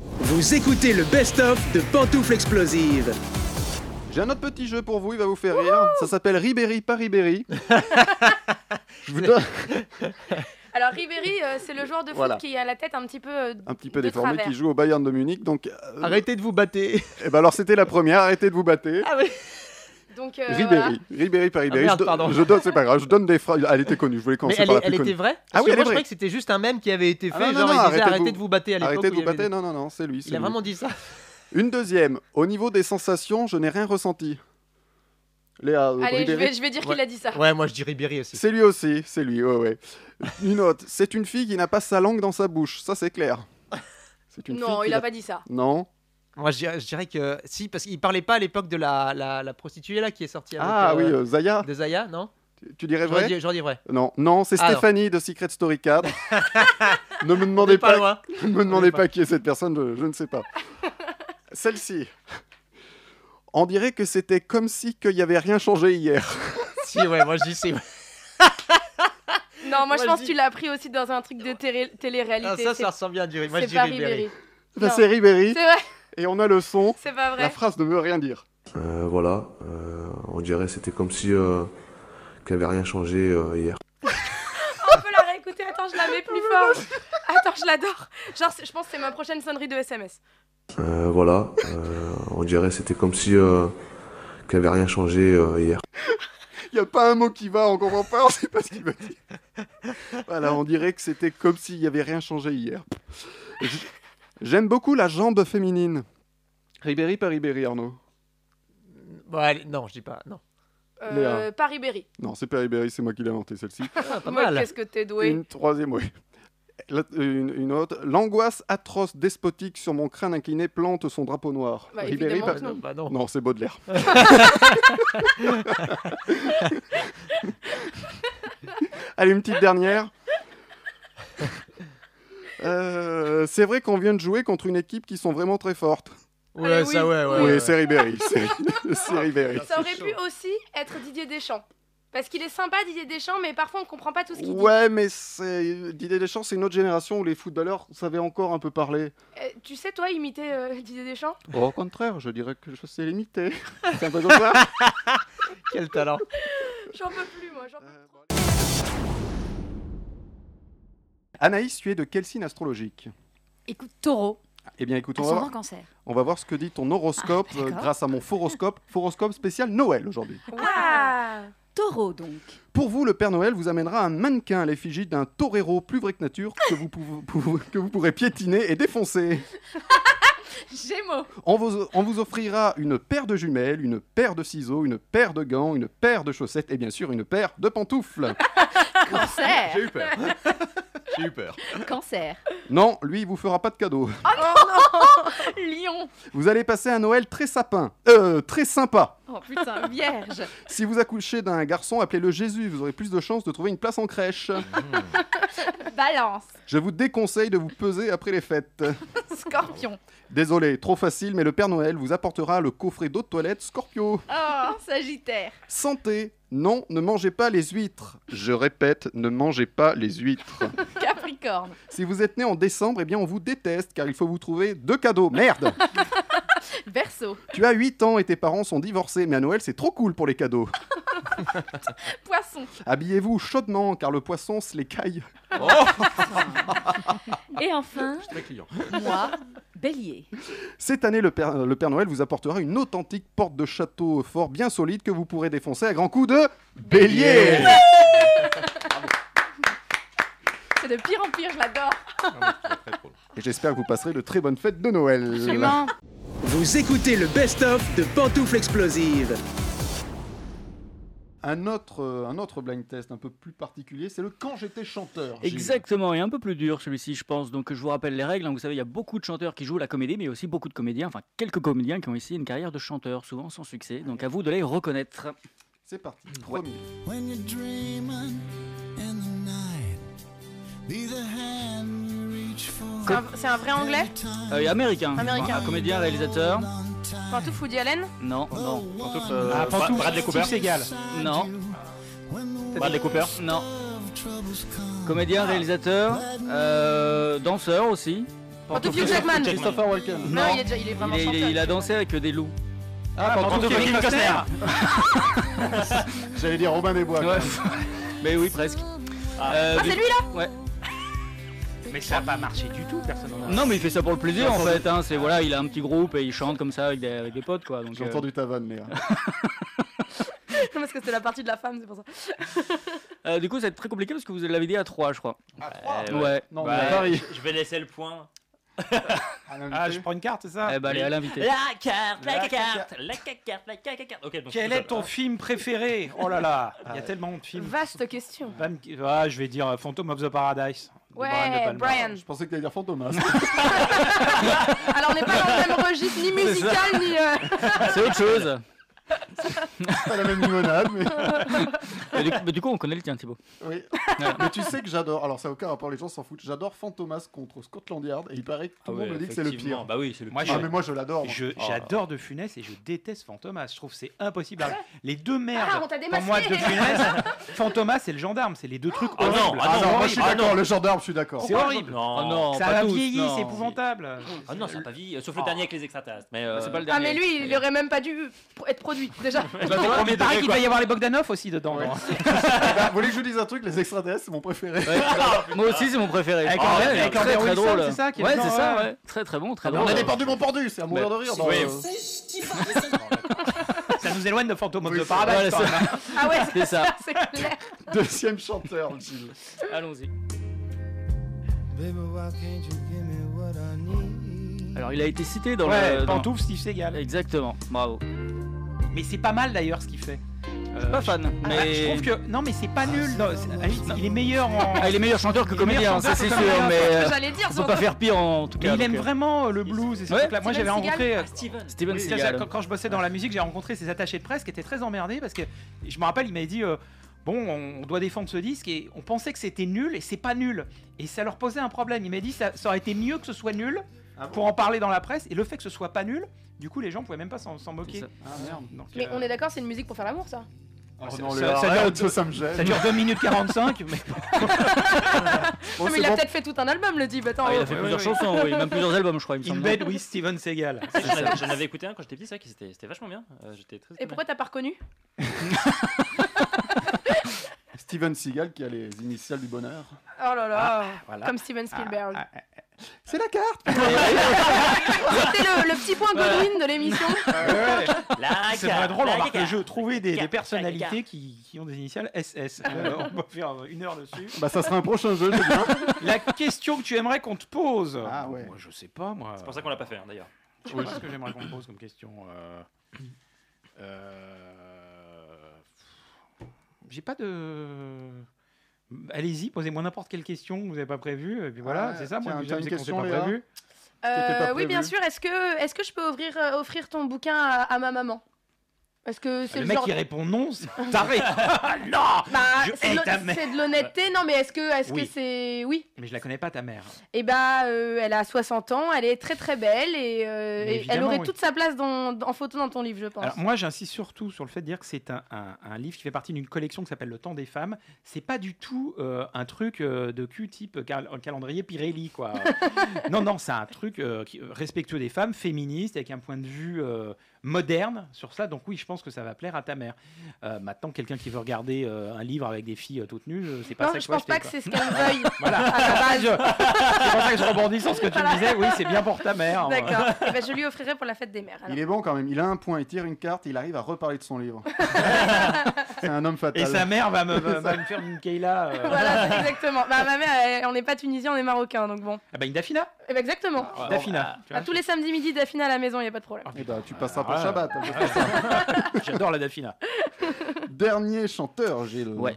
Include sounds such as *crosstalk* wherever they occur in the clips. Vous écoutez le best-of de Pantoufles Explosives. J'ai un autre petit jeu pour vous, il va vous faire rire. Ça s'appelle Ribéry *laughs* pas Ribéry. Je vous donne Alors Ribéry, euh, c'est le joueur de foot Voilà. qui a la tête un petit peu. euh, un petit peu De déformé travers. qui joue au Bayern de Munich. Donc, euh, Arrêtez de vous battre. eh ben alors c'était la première, arrêtez de vous battre. donc Ah euh, voilà. Ribéry, Ribéry par Ribéry. Ah merde, je, do- pardon. je donne, c'est pas grave, je donne des phrases. Elle était connue, je voulais Mais commencer elle, par est- la plus elle connue. était vraie Ah Parce oui, que elle moi, je est vraie. croyais que c'était juste un mème qui avait été Ah fait. non, non, genre, il non, disait arrêtez de arrêtez vous- de vous battre à l'époque. Arrêtez de où vous il y avait battre. des- Non, non, non, c'est lui. c'est Il a lui. vraiment dit ça Une deuxième. Au niveau des sensations, je n'ai rien ressenti. Léa, euh, Allez, je Ribéry. vais, je vais dire qu'il a dit ça. Ouais, moi je dis Ribéry aussi. C'est lui aussi, c'est lui, ouais, ouais. Une autre. C'est une fille qui n'a pas sa langue dans sa bouche, ça c'est *laughs* clair. C'est une fille Non, qui il a n'a- pas dit ça. Non. Moi je dirais, je dirais que euh, si, parce qu'il parlait pas à l'époque de la, la, la prostituée là qui est sortie avec. Ah euh, oui, euh, Zaya, De Zaya, non tu- tu dirais J'aurais vrai dit, j'aurais dit vrai. Non, non, c'est Ah, non. Stéphanie de Secret *laughs* Story 4. ne me On demandez est pas, loin. *laughs* ne me demandez est pas qui est cette personne, je, je *laughs* ne sais pas. Celle-ci. On dirait que c'était comme si qu'il n'y avait rien changé hier. *laughs* si, ouais, moi je dis c'est vrai. Non, moi je Moi, je pense dis- que tu l'as appris aussi dans un truc de télé- Ah, télé-réalité. ça, C'est- ça ressemble bien à du Ribéry. Moi je C'est dis pas Ribéry. Ribéry. Bah, Non. c'est Ribéry C'est vrai, et on a le son. c'est pas La vrai. phrase ne veut rien dire. Euh, voilà, euh, on dirait c'était comme si euh, qu'il n'y avait rien changé euh, hier. Oh, On peut la réécouter. Attends, je la mets plus fort. Attends, je l'adore. Genre, c'est- je pense que c'est ma prochaine sonnerie de SMS. Euh, voilà, euh, on dirait c'était comme si euh, qu'il n'y avait rien changé euh, hier. Il n'y a pas un mot qui va, on comprend pas, on sait pas ce qu'il veut dire. Voilà, on dirait que c'était comme s'il n'y avait rien changé hier. J- J'aime beaucoup la jambe féminine. Ribéry par Ribéry, Arnaud. Bon, allez, non, je dis pas. Non. Euh, Léa. pas Ribéry. Non, c'est pas Ribéry, c'est moi qui l'ai inventé celle-ci. Ah, pas Moi, mal. qu'est-ce que t'es doué. Une troisième, oui. La- une, une autre. L'angoisse atroce, despotique, sur mon crâne incliné, plante son drapeau noir. Bah, Ribéry évidemment par- que Non, bah non. Non, *laughs* c'est Baudelaire. *laughs* Allez, une petite dernière. Euh, c'est vrai qu'on vient de jouer contre une équipe qui sont vraiment très fortes. Ouais, Allez, ça, Eh oui, ouais, ouais. Oui, ouais. c'est Ribéry. C'est *laughs* c'est Ribéry. Ça aurait Ah, chaud. pu aussi être Didier Deschamps. Parce qu'il est sympa, Didier Deschamps, mais parfois on comprend pas tout ce qu'il dit. Ouais, mais c'est Didier Deschamps, c'est une autre génération où les footballeurs savaient encore un peu parler. Euh, tu sais, toi, imiter euh, Didier Deschamps Au contraire, je dirais que je *laughs* sais l'imiter. C'est un peu comme ça. Quel talent. J'en peux plus, moi. j'en peux Euh, plus. Anaïs, tu es de quel signe astrologique Écoute, taureau, Eh bien, écoute, à on va, son voir, cancer. on va voir ce que dit ton horoscope Ah, bah, euh, d'accord. grâce à mon foroscope, foroscope spécial Noël aujourd'hui. Ah Taureau donc. Pour vous, le Père Noël vous amènera un mannequin à l'effigie d'un torero plus vrai que nature que vous, pou- pou- *laughs* que vous pourrez piétiner et défoncer. Gémeaux On vous, on vous offrira une paire de jumelles, une paire de ciseaux, une paire de gants, une paire de chaussettes et bien sûr une paire de pantoufles. *laughs* Cancer, eu peur. J'ai eu peur. *laughs* cancer. Non, lui, il vous fera pas de cadeau. Oh *laughs* Lion Vous allez passer un Noël très sapin. Euh, très sympa. Oh putain, vierge. Si vous accouchez d'un garçon, appelez-le Jésus, vous aurez plus de chances de trouver une place en crèche. Balance, Je vous déconseille de vous peser après les fêtes. scorpion. Désolé, trop facile, mais le Père Noël vous apportera le coffret d'eau de toilette Scorpio. Oh, sagittaire. Santé, non, ne mangez pas les huîtres. Je répète, ne mangez pas les huîtres. Capricorne. si vous êtes né en décembre, eh bien on vous déteste, car il faut vous trouver deux cadeaux. Merde Verseau. Tu as 8 ans et tes parents sont divorcés, mais à Noël c'est trop cool pour les cadeaux. Poisson. Ah. Habillez-vous chaudement, car le poisson se les caille. *laughs* Et enfin, Je suis très client. moi, bélier. Cette année, le Père, le Père Noël vous apportera une authentique porte de château fort bien solide que vous pourrez défoncer à grands coups de bélier. C'est de pire en pire, je l'adore Et J'espère que vous passerez de très bonnes fêtes de Noël. Absolument. Vous écoutez le best-of de Pantoufles *laughs* Explosives. Un autre, euh, un autre blind test un peu plus particulier, c'est le quand j'étais chanteur. Gilles. Exactement, et un peu plus dur celui-ci, je pense. Donc je vous rappelle les règles. hein. Vous savez, il y a beaucoup de chanteurs qui jouent la comédie, mais aussi beaucoup de comédiens, enfin quelques comédiens qui ont ici une carrière de chanteur, souvent sans succès. Donc à vous de les reconnaître. C'est parti. Premier. When you're dreaming in the night, be the hand you reach for. C'est un- C'est un vrai anglais Euh, et américain. Américain. Un comédien, réalisateur. Pantouf Woody Allen Non, non, Pantouf, euh, Bra- Bradley Cooper. non, Bradley Cooper. non. Comédien, réalisateur, euh, danseur aussi. Pantoufle Jackman. Christopher Walken. Non, il est, déjà- il est vraiment Il, est- il est- chanteur. il a dansé avec des loups. Ah, Pantoufle Kevin J'allais dire Robin des Bois. Ouais. *laughs* Mais oui, presque. Euh, Ah, mais- c'est lui là Ouais. Mais ça n'a pas marché du tout, personne Ah. n'en a. Non, mais il fait ça pour le plaisir en J'entends- fait. hein, C'est voilà, il a un petit groupe et il chante comme ça avec des, avec des potes quoi. Donc, euh. J'ai entendu ta vanne, mais. hein. Non, *laughs* parce que c'était la partie de la femme, c'est pour ça. *laughs* euh, du coup, ça va être très compliqué parce que vous l'avez dit à 3 je crois. À trois ouais. ouais. Non, Bah, mais à Paris. Eh Je vais laisser le *laughs* point. Ah, Ah, je- je prends une carte, c'est ça Eh ben, allez, à l'invité. La carte, la La carte, la carte, la carte. Ok, donc. Quel tout est seul. ton Ah. film préféré Oh là *laughs* là, il y a tellement de films. Vaste question. Pas me- Ah, je vais dire euh, Phantom of the Paradise. de Brian De Ouais, Palma. Brian. Je pensais que t'allais dire hein. *laughs* Fantomas. Alors, on n'est pas dans le même registre, ni musical, ni. euh, *laughs* C'est *laughs* autre chose. pas la même limonade, *laughs* mais. Mais du, mais du coup, on connaît le tien, Thibaut. Oui. *laughs* Mais tu sais que j'adore. Alors, ça n'a aucun rapport, les gens s'en foutent. J'adore Fantomas contre Scotland Yard et il paraît Ah que tout le monde me dit que c'est le pire. Bah oui, c'est le Moi, Ah, je- mais moi je l'adore. Je- Ah. J'adore De Funès et je déteste Fantomas. Je trouve que c'est impossible. à- Les deux merdes. Ah, on t'a pour moi, De démasqué. *laughs* Funès, Fantomas et le gendarme, c'est les deux trucs Ah non, horribles. ah non, c'est moi je suis horrible. d'accord, le gendarme, je suis d'accord. C'est horrible. Ah Non, non ça pas va tous, vieilli, non. *laughs* c'est épouvantable. Ah non, ça n'a pas vie, sauf Ah. le dernier avec les extraterrestres. Mais euh, C'est pas le Ah, dernier. mais lui, il aurait même pas dû être produit, déjà. Bah, Il paraît qu'il va y avoir les Bogdanov aussi dedans. hein. *laughs* Ah, non Bah, vous voulez que je vous dise un truc Les extraterrestres, c'est mon préféré. Ouais. *laughs* Moi aussi, c'est mon préféré. Avec Ah, Lambert- ouais, avec très Lambert très Wilson, drôle. c'est ça qui est Ouais, dedans, c'est ça, ouais. ouais. Très très Ah Ah bon, très Ah, On drôle. a des pendus, mon pendu, c'est à mourir de rire. dans Oui. le- Ça nous éloigne de Phantom of Oui, the c'est- Paradise. voilà, *laughs* quand c'est- même, hein. Ah ouais, *laughs* C'est ça. c'est clair. *laughs* Deuxième chanteur, Gilles. Allons-y. Baby, why can't you give me what I need? Alors, il a été cité dans Ouais, le. dans- Pantouf, Steve Seagal. Exactement, bravo. Mais c'est pas mal d'ailleurs ce qu'il fait. Je suis pas fan, mais. Ah, je trouve que non, mais c'est pas nul. non, c'est- ah, il- il est meilleur en. Ah, il est meilleur chanteur que Il est meilleur comédien, ça chanteur c'est que sûr, comédien, mais. c'est ce que euh, j'allais dire, On peut donc- pas faire pire en tout Mais cas. il aime donc, euh, vraiment euh, le blues et ces Ouais. trucs-là. Moi, Steven j'avais Seagal rencontré. euh, Ah, Steven. Steven oui, Seagal. quand, quand je bossais dans la musique, j'ai rencontré ses attachés de presse qui étaient très emmerdés parce que je me rappelle, il m'avait dit. euh, Bon, on doit défendre ce disque et on pensait que c'était nul et c'est pas nul. Et ça leur posait un problème. Il m'a dit ça, ça aurait été mieux que ce soit nul Ah bon pour en parler dans la presse. Et le fait que ce soit pas nul, du coup, les gens pouvaient même pas s'en s'en C'est moquer. ça. Ah merde. Donc, Mais euh, on est d'accord, c'est une musique pour faire l'amour, *laughs* ça. Oh ça- non, ça- le ça dure- arrête, ça, ça me gêne. ça dure 2 minutes 45. Mais... Bon, Non, mais c'est il a bon. peut-être fait tout un album, le type. Attends, Ah, il oh. a fait oui, plusieurs oui. chansons, oui, même *laughs* plusieurs albums, je crois, il me In semble. bed with Steven Seagal. J'en avais- j'en avais écouté un quand j'étais petit, c'est vrai que c'était c'était vachement bien. Euh, *laughs* J'étais très. Et pourquoi t'as pas reconnu Steven Seagal qui a les initiales du bonheur. Oh là là, Ah, voilà. comme Steven Spielberg. C'est la carte ah. *laughs* C'était le, le petit point Godwin de l'émission. La C'est carte, vraiment drôle, la remarque, carte. les jeux, trouver des, des Gaga, personnalités Gaga. qui, qui ont des initiales SS. Euh, on va faire une heure dessus. Bah, ça sera un prochain jeu, c'est bien. La question que tu aimerais qu'on te pose Ah ouais. Moi, Je sais pas, moi. C'est pour ça qu'on l'a pas fait hein, d'ailleurs. Je sais pas ce que j'aimerais qu'on me pose comme question. euh, euh, J'ai pas de... Allez-y, posez-moi n'importe quelle question que vous n'avez pas prévue. Et puis voilà, Ah, c'est ça, moi, tiens, le t'as jeu, une c'est qu'on s'est question, pas Léa prévu. C'était pas Euh, oui, bien prévu. sûr. Est-ce que, est-ce que je peux ouvrir, euh, offrir ton bouquin à, à ma maman Est-ce que c'est Ah, Le le, mec genre... qui répond non, *laughs* c'est taré. Ah, non Bah, Je c'est de hais l'hon- ta mère. c'est de l'honnêteté, non mais est-ce que est-ce Oui. que c'est oui Mais je la connais pas, ta mère. Eh bah, euh, elle a 60 ans, elle est très très belle et, euh, Mais et elle évidemment, aurait oui. toute sa place dans- en photo dans ton livre, je pense. Alors moi j'insiste surtout sur le fait de dire que c'est un, un- un livre qui fait partie d'une collection qui s'appelle Le Temps des Femmes. C'est pas du tout euh, un truc euh, de cul type cal- euh, calendrier *laughs* Pirelli quoi. non non c'est un truc euh, qui- euh, respectueux des femmes, féministe, avec un point de vue euh, moderne sur ça. Donc oui je pense que ça va plaire à ta mère. Euh, maintenant quelqu'un qui veut regarder euh, un livre avec des filles euh, toutes nues, euh, c'est pas non, ça je faut pense pas acheter, que quoi. c'est ce qu'elle veuille. *laughs* Voilà. Ah, Ah, À la base. C'est pour ça que je rebondis sur ce que tu me Voilà. disais. Oui c'est bien pour ta mère. hein. D'accord. Eh ben, je lui offrirai pour la fête des mères. alors. Il est bon quand même, il a un point, il tire une carte, il arrive à reparler de son *laughs* livre. c'est un homme fatal. Et sa mère va me, *laughs* va- va me faire une Kayla. euh, *laughs* Voilà, c'est exactement. Bah, ma mère, elle- on n'est pas tunisien, on est marocain, donc bon. Ah bah une Dafina Eh ben, exactement. Ah, Dafina. euh, Tu vois, À tous les samedis midi, Daphina à la maison, il n'y a pas de problème. Eh ben, tu passeras pour Ah. Shabbat. hein, parce que *laughs* J'adore la Dafina. c'est- Dernier chanteur, Gilles. Ouais.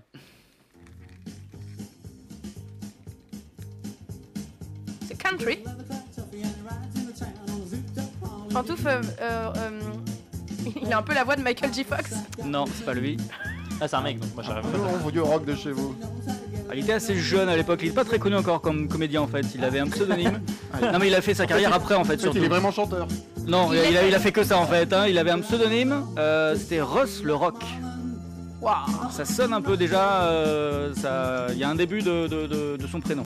C'est country. Pantouf, euh, euh, euh, il a un peu la voix de Michael J. Fox. Non, c'est pas lui. Ah, c'est un mec donc moi j'arrive. Toujours mon vieux rock de chez vous. Ah, Il était assez jeune à l'époque, il est pas très connu encore comme comédien en fait, il avait un pseudonyme. Non mais il a fait sa carrière après en Ah, fait En fait, surtout. il est vraiment chanteur. Non, il a, il a- il a fait que ça en fait, hein. il avait un pseudonyme, euh, c'était Russ le Rock. euh, Ça sonne un peu déjà, il y a un début de, de- de- de son prénom.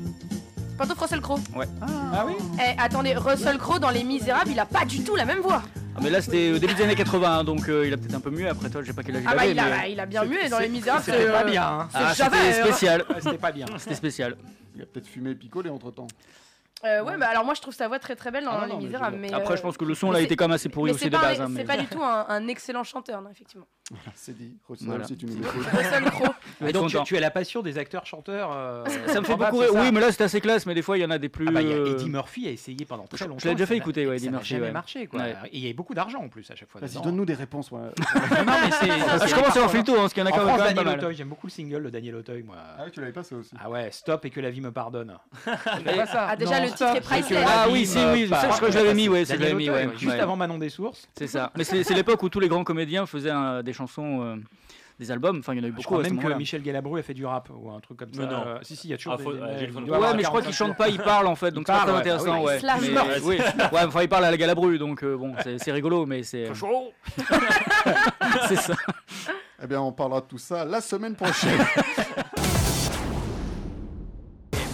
Pantouf Russell Crowe. Ouais. Ah oui Eh, attendez, Russell Crowe dans Les Misérables, il a pas du tout la même voix. Ah, mais là, c'était au début des années 80, hein, donc euh, il a peut-être un peu mieux. Après, toi, je sais pas quel âge Ah bah, avait, il a- mais- il a bien mué dans Les Misérables, C'était c'est, pas euh, bien. hein. c'est Ah, c'était Javert. *laughs* spécial. Ouais, c'était pas bien. C'était spécial. Il a peut-être fumé et picolé entre temps. Euh, ouais, bah alors moi je trouve sa voix très très belle dans Ah non, Les non, mais Misérables. je- Mais Après, euh, je pense que le son, mais là, c'est- était quand même assez pourri mais aussi c'est de pas un- base. hein, C'est mais- pas du tout un, un excellent chanteur, non, effectivement. C'est dit. Voilà. si tu nous écoutes. Mais *laughs* Mais donc, tu, content. tu as la passion des acteurs-chanteurs. euh, Ça me fait en rap, beaucoup c'est rire. ça Oui, mais là, c'est assez classe, mais des fois, il y en a des plus. Ah bah, il y a euh, Eddie Murphy a essayé pendant très je longtemps. l'ai déjà et ça fait n'a- écouter, ouais, et Eddie ça n'a Murphy, jamais ouais. marché, quoi. Ouais. Et il y a eu beaucoup d'argent en plus à chaque fois. Vas-y, dedans. donne-nous des réponses. Ouais. *laughs* non, mais *laughs* c'est. Ah, c'est- je commence à avoir fait le tour, hein, parce qu'il y en a quand même- France, quand même Daniel pas mal. Auteuil, j'aime beaucoup le single de Daniel Auteuil, moi. Ah oui, tu l'avais pas ça aussi. Ah ouais, stop et que la vie me *laughs* pardonne. Mais- pas ça. Ah, déjà, le titre stop est et que priceless. la Ah vie oui, si, me oui, ça, je pardonne. crois que je l'avais mis, ouais, Daniel je l'avais mis, Auteuil, ouais, Juste ouais. avant Manon des Sources. C'est ça. Mais c'est c'est l'époque où tous les grands comédiens faisaient euh, des chansons, euh, des albums. Enfin, il y en a eu Ah, Je beaucoup. crois à ce même que moment-là. Michel Galabru a fait du rap ou un truc comme ça. Mais non. Euh, Si, si, il y a toujours. Ah, des- faut- des- ah, j'ai le il fond de doit Ouais, avoir mais je crois qu'il 45 chante pas, il parle en fait, donc c'est pas très parle, ouais. Ah intéressant. oui, Ouais, il slash Mais- euh, mort. *laughs* oui. Ouais, enfin, il parle à la Galabru, donc euh, bon, c'est- c'est rigolo, mais c'est. euh, *laughs* C'est ça. Eh bien, on parlera de tout ça la semaine prochaine.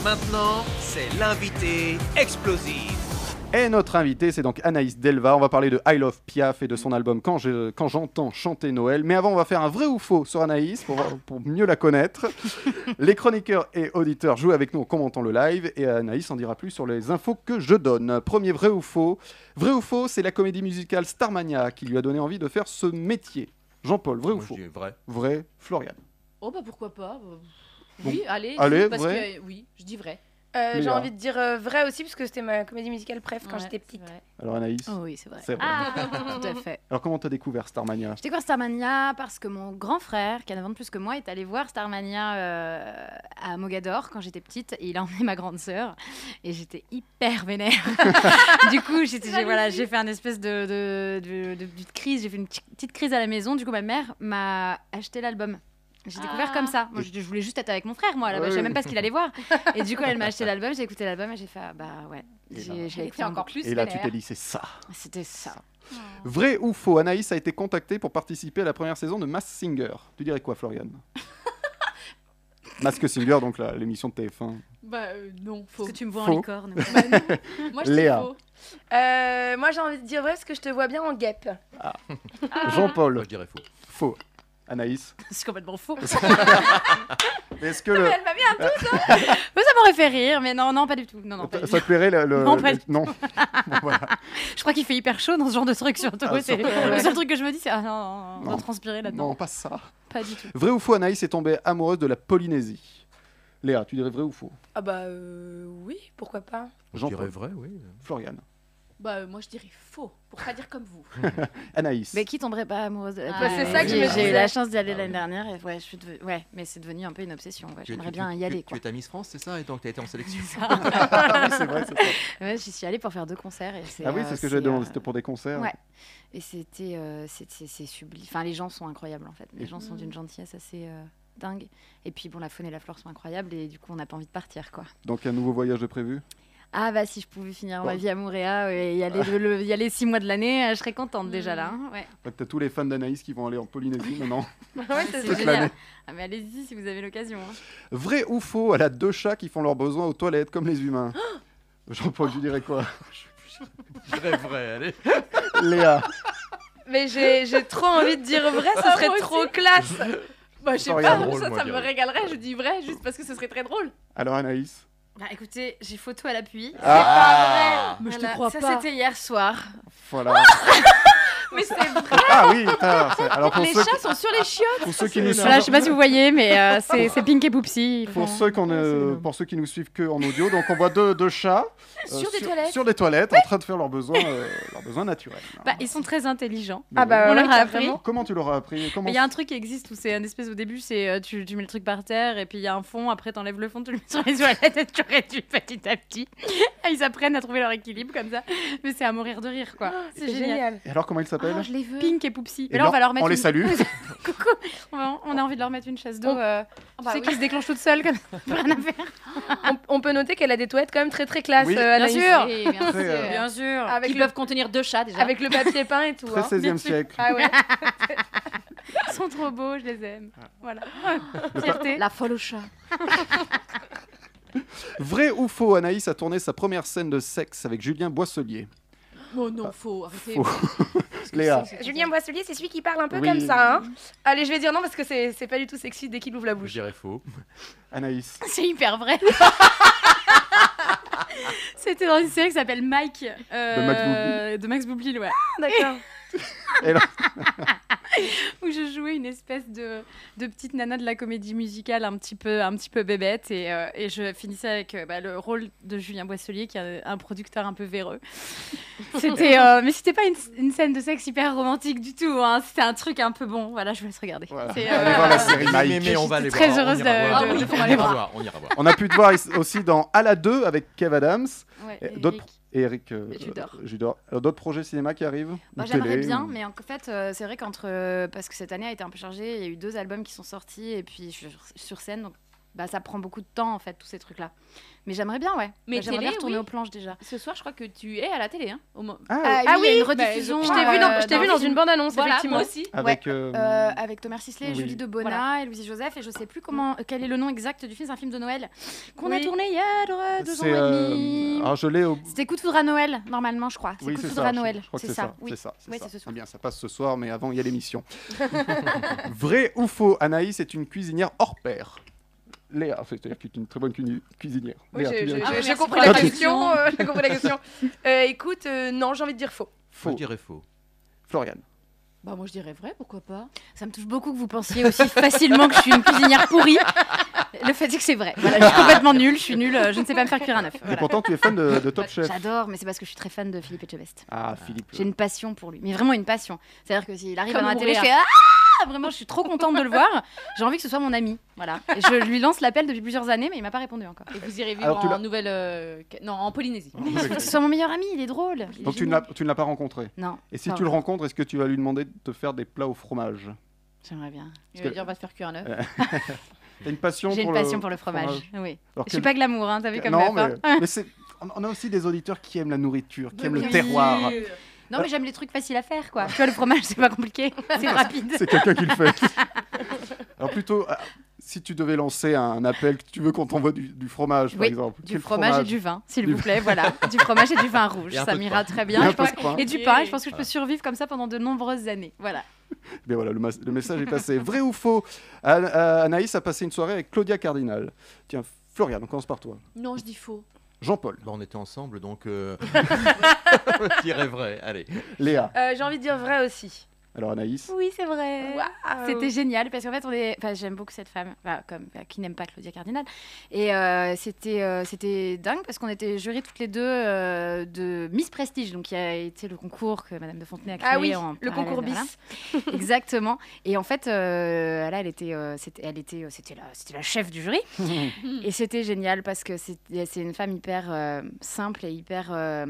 Maintenant, c'est l'invité explosif. Et notre invité, c'est donc Anaïs Delva. On va parler de I Love Piaf et de son album Quand je- quand j'entends chanter Noël. Mais avant, on va faire un vrai ou faux sur Anaïs pour, voir- pour mieux la connaître. Les chroniqueurs et auditeurs jouent avec nous en commentant le live et Anaïs en dira plus sur les infos que je donne. Premier vrai ou faux. Vrai ou faux, c'est la comédie musicale Starmania qui lui a donné envie de faire ce métier. Jean-Paul, vrai ou faux Vrai. Vrai, Florian. Oh bah pourquoi pas. bah, Bon. Oui, allez. Allez, oui, parce vrai. que- oui, je dis vrai. Euh, j'ai Léa. envie de dire euh, vrai aussi, parce que c'était ma comédie musicale préf quand j'étais petite. Alors Anaïs Oh oui, c'est vrai. C'est vrai. Ah, tout à fait. Alors comment t'as découvert Starmania Je découvre Starmania parce que mon grand frère, qui a 9 ans de plus que moi, est allé voir Starmania euh, à Mogador quand j'étais petite et il a emmené ma grande sœur et j'étais hyper vénère. *laughs* du coup, j'étais- j'ai voilà, j'ai fait un espèce de, de, de- de petite crise, j'ai fait une petite- petite crise à la maison. Du coup, ma mère m'a acheté l'album. J'ai découvert Ah. comme ça. Moi, je je voulais juste être avec mon frère, moi, là-bas. Ouais, Je savais ouais. même pas ce qu'il allait *laughs* voir. Et du coup, elle m'a acheté l'album, j'ai écouté l'album et j'ai fait, ah, bah ouais. J'ai j'ai écouté encore plus. Et là, tu t'es dit, c'est ça. C'était ça. Vrai ou faux Anaïs a été contactée pour participer à la première saison de Mass Singer. Tu dirais quoi, *laughs* Florian Mask Singer, donc là, l'émission de TF1. Bah euh, non, faux. Parce que tu me vois en Faux. *laughs* licorne. Moi, je dis Léa. faux. Euh, moi, j'ai envie de dire vrai, parce que je te vois bien en guêpe. Ah. Ah. Jean-Paul. je dirais faux. Faux. Anaïs. C'est complètement *laughs* faux. Mais *laughs* est-ce que Non, le- Ah. mais elle m'a mis un doute, hein. Mais ça m'aurait fait rire, mais non, non, pas du tout. Non, non, pas du ça tout. te plairait le, le- Non, pas le- du- non. Bon, voilà. Je crois qu'il fait hyper chaud dans ce genre de truc, surtout. Ah, c'est... surtout, Le ouais. seul truc que je me dis, c'est ah non, non, on Non. doit transpirer là-dedans. Non, pas ça. Pas du tout. Vrai ou faux Anaïs est tombée amoureuse de la Polynésie. Léa, tu dirais vrai ou faux Ah bah euh, oui, pourquoi pas Jean dirais vrai, oui. Florian. Bah euh, moi je dirais faux, pour pas dire *laughs* comme vous. Anaïs. Mais qui tomberait pas amoureuse de la Ah, c'est Polynésie ça que je me Euh, J'ai disais. eu la chance d'y aller Ah l'année dernière et ouais, je suis devenue- ouais, mais c'est devenu un peu une obsession. ouais. Tu- Bah, J'aimerais tu- bien tu- y tu- aller. Tu Quoi. es ta Miss France, c'est ça Et donc, tu as été en sélection. *laughs* *laughs* Ah c'est vrai, c'est ça. *laughs* Ouais, J'y suis allée pour faire deux concerts. Et c'est, Ah oui, euh, c'est ce que j'avais euh, demandé, c'était pour des concerts. Ouais. Et c'était euh, c'est- c'est c'est sublime. Enfin, les gens sont incroyables en fait. Les Et- gens sont Mm. d'une gentillesse assez euh, dingue. Et puis bon, la faune et la flore sont incroyables et du coup, on n'a pas envie de partir quoi. Donc un nouveau voyage de prévu Ah bah si je pouvais finir ma Bon. vie à Moréa et *laughs* y aller, Ah. de- le- y aller six mois de l'année, euh, je serais contente déjà là. Mm. hein, ouais. Fait que Bah, T'as tous les fans d'Anaïs qui vont aller en Polynésie maintenant. *laughs* Ouais, c'est Toute génial. l'année. Ah, mais allez-y si vous avez l'occasion. hein. Vrai ou faux, elle a deux chats qui font leurs besoins aux toilettes comme les *gasps* humains. Jean-Paul, tu dirais quoi *laughs* Je dirais vrai, allez. Léa. Mais j'ai j'ai trop envie de dire vrai, ce Ah, serait moi trop aussi. *laughs* classe. Bah je sais Ça pas, aurait l'air ça, drôle, ça moi, me dire. régalerait, je dis vrai juste parce que ce serait très drôle. Alors Anaïs Bah écoutez, j'ai photo à l'appui. Ah. Ah. Mais je te Voilà, crois ça, pas. c'était hier *laughs* soir. Voilà. Mais Ah, c'est vrai. ah oui, putain, c'est- alors pour les ceux chats qui- sont sur les chiottes. Pour ceux qui nous Voilà, je sais pas suivent- si vous voyez, mais euh, c'est c'est Pink et Poupsi. ils Pour font- ceux, qu'on, euh, pour ceux qui nous suivent que en audio, donc on voit deux, deux chats euh, Sur des toilettes. sur des toilettes, en train de faire leurs besoins, euh, leurs besoins naturels. Bah, ils sont très intelligents. Mais bah, on oui. leur a appris. Comment tu l'auras appris bah Comment Mais il y a un truc qui existe où c'est un espèce au début, c'est euh, tu, tu mets le truc par terre et puis il y a un fond, après t'enlèves le fond, tu le mets sur les toilettes et tu réduis petit à petit. Et ils apprennent à trouver leur équilibre comme ça. Mais c'est à mourir de rire quoi. Oh, C'est c'est génial. génial. Et alors comment ils s'appellent Oh, je les veux. Pink et Poupsi. Et Mais là, on leur- va leur mettre Eh on les une- salue. *laughs* Coucou. On va- on a envie de leur mettre une chasse d'eau. euh, tu bah sais oui. qui se déclenche toute seule *laughs* comme ça. Rien à faire. On, on peut noter qu'elle a des toilettes quand même très très classe, Oui. euh, Anaïs. Bien sûr. Oui, bien Très, sûr. euh, Bien sûr. Qui peuvent contenir deux chats déjà. Avec le papier peint et tout. Très 16e siècle. Ah ouais. Ils *laughs* sont *laughs* trop beaux, je les aime. Voilà. *laughs* Le pa- La folle au chat. Vrai ou faux, Anaïs a tourné sa première scène de sexe avec Julien Boisselier. Oh non, faux, arrêtez. Faux. Léa. Julien Boisselier, c'est celui qui parle un peu Oui. comme ça. Hein Allez, je vais dire non parce que c'est c'est pas du tout sexy dès qu'il ouvre la bouche. Je dirais faux. Anaïs. C'est *laughs* hyper vrai. C'était dans une série qui s'appelle Mike. euh, de Max Boublil, ouais. D'accord. *laughs* Et là- *laughs* Où je jouais une espèce de, de petite nana de la comédie musicale un petit peu, un petit peu bébête. Et, euh, et je finissais avec euh, bah, le rôle de Julien Boisselier, qui est un producteur un peu véreux. C'était, euh, mais c'était pas une, une scène de sexe hyper romantique du tout. hein. C'était un truc un peu bon. Voilà, je vous laisse regarder. Allez C'est, euh, voir la série *laughs* mais- Mike. mais- mais on va aller Très voir, on heureuse ira de- voir. de- de- on va aller voir. On ira voir. On a pu te voir is- aussi dans À la 2 avec Kev Adams. Ouais, Et et d'autres Eric. pro- et Eric euh, Et Judor. euh, Judor. Alors, D'autres projets cinéma qui arrivent Bah, Ou J'aimerais télé, bien, ou- mais en fait, euh, c'est vrai qu'entre. euh, parce que cette année a été un peu chargée, il y a eu deux albums qui sont sortis, et puis je suis sur- sur scène, donc bah, ça prend beaucoup de temps, en fait, tous ces trucs-là. Mais j'aimerais bien, ouais. Mais Bah, j'aimerais télé, bien retourner oui. aux planches déjà. Ce soir, je crois que tu es à la télé. Hein, au moins. Ah, Ah il y a oui, une rediffusion. bah, je- je t'ai vu dans- je t'ai vu dans film. une bande-annonce, Voilà, effectivement. moi aussi. Avec, Ouais. euh, Euh, avec Thomas Sisley, oui. Julie Debona et Louis Joseph, et je sais plus comment, quel est le nom exact du film, c'est un film de Noël qu'on a Oui. tourné il y a euh, deux ans C'est. et euh, demi. alors, je l'ai au. C'était Coup de foudre à Noël, normalement, je crois. C'est Oui, Coup de c'est foudre ça. à je- Noël. Je crois que c'est ça. C'est ça. c'est Oui, ça. c'est ce Eh bien, ça passe ce soir, mais avant, il y a l'émission. Vrai ou faux, Anaïs est une cuisinière hors pair. Léa, c'est-à-dire qui est une très bonne cuni- cuisinière. Oui, Léa, tu j'ai- viens j'ai avec- j'ai compris, la Ah, tu- question. *laughs* euh, j'ai compris la *laughs* question. Euh, écoute, euh, non, j'ai envie de dire faux. Faux. Je dirais faux. Florian. Bah, moi, je dirais vrai, pourquoi pas Ça me touche beaucoup que vous pensiez aussi *laughs* facilement que je suis une cuisinière pourrie. Le fait est que c'est vrai. Voilà, je suis complètement nulle, je suis nulle, euh, je ne sais pas me faire cuire un œuf. Et Voilà. pourtant, tu es fan de, de Top Chef. J'adore, mais c'est parce que je suis très fan de Philippe Etchebest. Ah, Philippe. J'ai une passion pour lui, mais vraiment une passion. C'est-à-dire que s'il arrive Comme à la mon télé, je fais Roulard. Ah Vraiment, je suis trop contente de le voir. J'ai envie que ce soit mon ami. Voilà. Et je lui lance l'appel depuis plusieurs années, mais il m'a pas répondu encore. Et vous irez vivre Alors, tu l'as- en nouvelle. euh, ca- Non, en Polynésie. Je veux que ce soit mon meilleur ami, il est drôle. il est Donc tu ne, l'as, génial. tu ne l'as pas rencontré Non, Et si pas tu le encore. rencontres, est-ce que tu vas lui demander de te faire des plats au fromage J'aimerais bien. Il va dire, va te faire cuire un Euh, *laughs* œuf. *laughs* T'as une passion J'ai pour une le passion pour le fromage. Oui. Alors je que suis le- pas glamour, hein, t'as vu comme Non, meuf, mais, hein. *laughs* mais c'est... on- on a aussi des auditeurs qui aiment la nourriture, qui Bah, aiment bien le terroir. sûr. Non, mais j'aime les trucs faciles à faire, quoi. tu vois, le fromage, c'est pas compliqué, c'est rapide. C'est quelqu'un qui le fait. Alors plutôt, euh, si tu devais lancer un appel, que tu veux qu'on t'envoie du, du fromage, par Oui, exemple. du Quel fromage, et du vin, s'il Du- *laughs* vous plaît, voilà. Du fromage et du vin rouge, Et un ça peu de pain. m'ira très Et bien. un je peu de pense- pain. Et du pain, et je pense que je Voilà. peux survivre comme ça pendant de nombreuses années. Voilà. Eh bien voilà, le, mas- le message est passé. Vrai ou faux An- euh, Anaïs a passé une soirée avec Claudia Cardinal. Tiens, Florian, on commence par toi. Non, je dis faux. Jean-Paul. Bah, on était ensemble, *laughs* donc. euh, Je dirais vrai. Allez. Léa. Euh, j'ai envie de dire vrai aussi. Alors Anaïs. Oui, c'est vrai. Waouh. C'était génial parce qu'en fait, on est. Enfin, j'aime beaucoup cette femme, enfin, comme enfin, qui n'aime pas Claudia Cardinal. Et euh, c'était euh, c'était dingue parce qu'on était jurés toutes les deux euh, de Miss Prestige, donc il y a été le concours que Madame de Fontenay a créé. Ah oui, en le parallèle, concours bis. voilà. *laughs* Exactement. Et en fait, euh, là, elle était, euh, c'était, elle était, euh, c'était la, c'était la chef du jury. et c'était génial parce que c'est c'est une femme hyper euh, simple et hyper euh,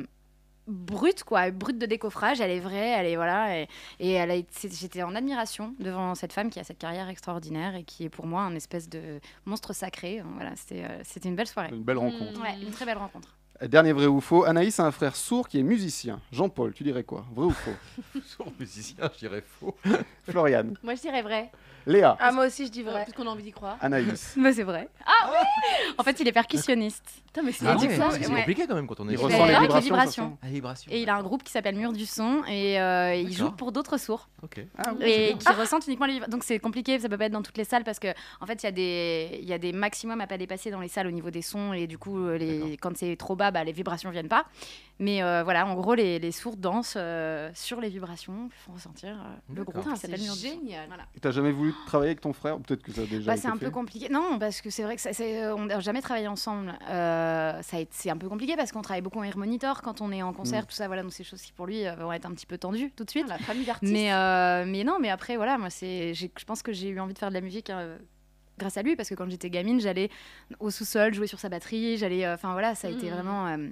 brute quoi brute de décoffrage elle est vraie elle est voilà et, et elle a été- c'est- j'étais en admiration devant cette femme qui a cette carrière extraordinaire et qui est pour moi un espèce de monstre sacré Donc voilà c'était euh, c'était une belle soirée Mmh. Une belle rencontre. Ouais, une très belle rencontre Dernier vrai ou faux Anaïs a un frère sourd qui est musicien. Jean-Paul, tu dirais quoi Vrai ou faux *laughs* Sourd musicien, je dirais faux. Florian. moi je dirais vrai Léa. Ah, moi aussi, je dis vrai. Parce qu'on a envie d'y croire. Anaïs. mais c'est vrai ah oui en fait il est percussionniste Putain, mais c'est Ah du ouais, coup, parce que c'est ouais. compliqué quand même quand on est. Il ressent les avec vibrations, Ah, les vibrations. Et il a un groupe qui s'appelle Mur du Son et euh, il joue pour d'autres sourds. Ok. et qui ressentent uniquement les vibrations. Donc c'est compliqué, ça peut pas être dans toutes les salles parce que en fait il y a des il y a des maximums à pas dépasser dans les salles au niveau des sons et du coup euh, les quand c'est trop bas bah, les vibrations viennent pas. Mais euh, voilà en gros les, les sourds dansent euh, sur les vibrations, ils font ressentir euh, le D'accord. groupe Putain, qui s'appelle Mur du Son. Génial. Et T'as jamais voulu travailler avec ton frère Ou Peut-être que ça a déjà. Bah, été c'est un fait. peu compliqué. Non, parce que c'est vrai que ça- c'est- euh, on n'a jamais travaillé ensemble. Euh, ça a été- c'est un peu compliqué parce qu'on travaille beaucoup en Air Monitor quand on est en concert, Mm. tout ça. Voilà, donc ces choses qui pour lui euh, vont être un petit peu tendues tout de suite. Ah, la famille d'artistes. mais, euh, mais non, mais après, voilà, moi, c'est, j'ai- je pense que j'ai eu envie de faire de la musique. euh, Grâce à lui, parce que quand j'étais gamine, j'allais au sous-sol jouer sur sa batterie, j'allais, euh, enfin voilà, ça a été Mm. vraiment euh,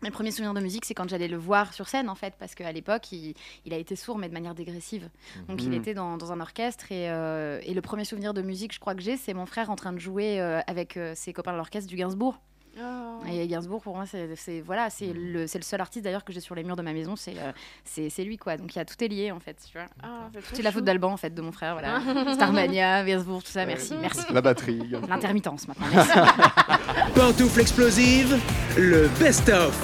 mes premiers souvenirs de musique, c'est quand j'allais le voir sur scène en fait, parce qu'à l'époque, il, il a été sourd mais de manière dégressive. Donc il Mhm. était dans, dans un orchestre et, euh, et le premier souvenir de musique, je crois que j'ai, c'est mon frère en train de jouer euh, avec euh, ses copains de l'orchestre du Gainsbourg. Oh. Et Gainsbourg, pour moi, c'est c'est- voilà, c'est Mhm. le, c'est le seul artiste d'ailleurs que j'ai sur les murs de ma maison, c'est euh, c'est c'est lui quoi. Donc il y a tout est lié en fait, tu vois. Ah, C'est la faute d'Alban en fait, de mon frère, voilà. *laughs* Starmania, Gainsbourg, tout ça, merci, merci. La batterie. Ah, *laughs* L'intermittence maintenant, merci. Pantoufle explosive, le best-of.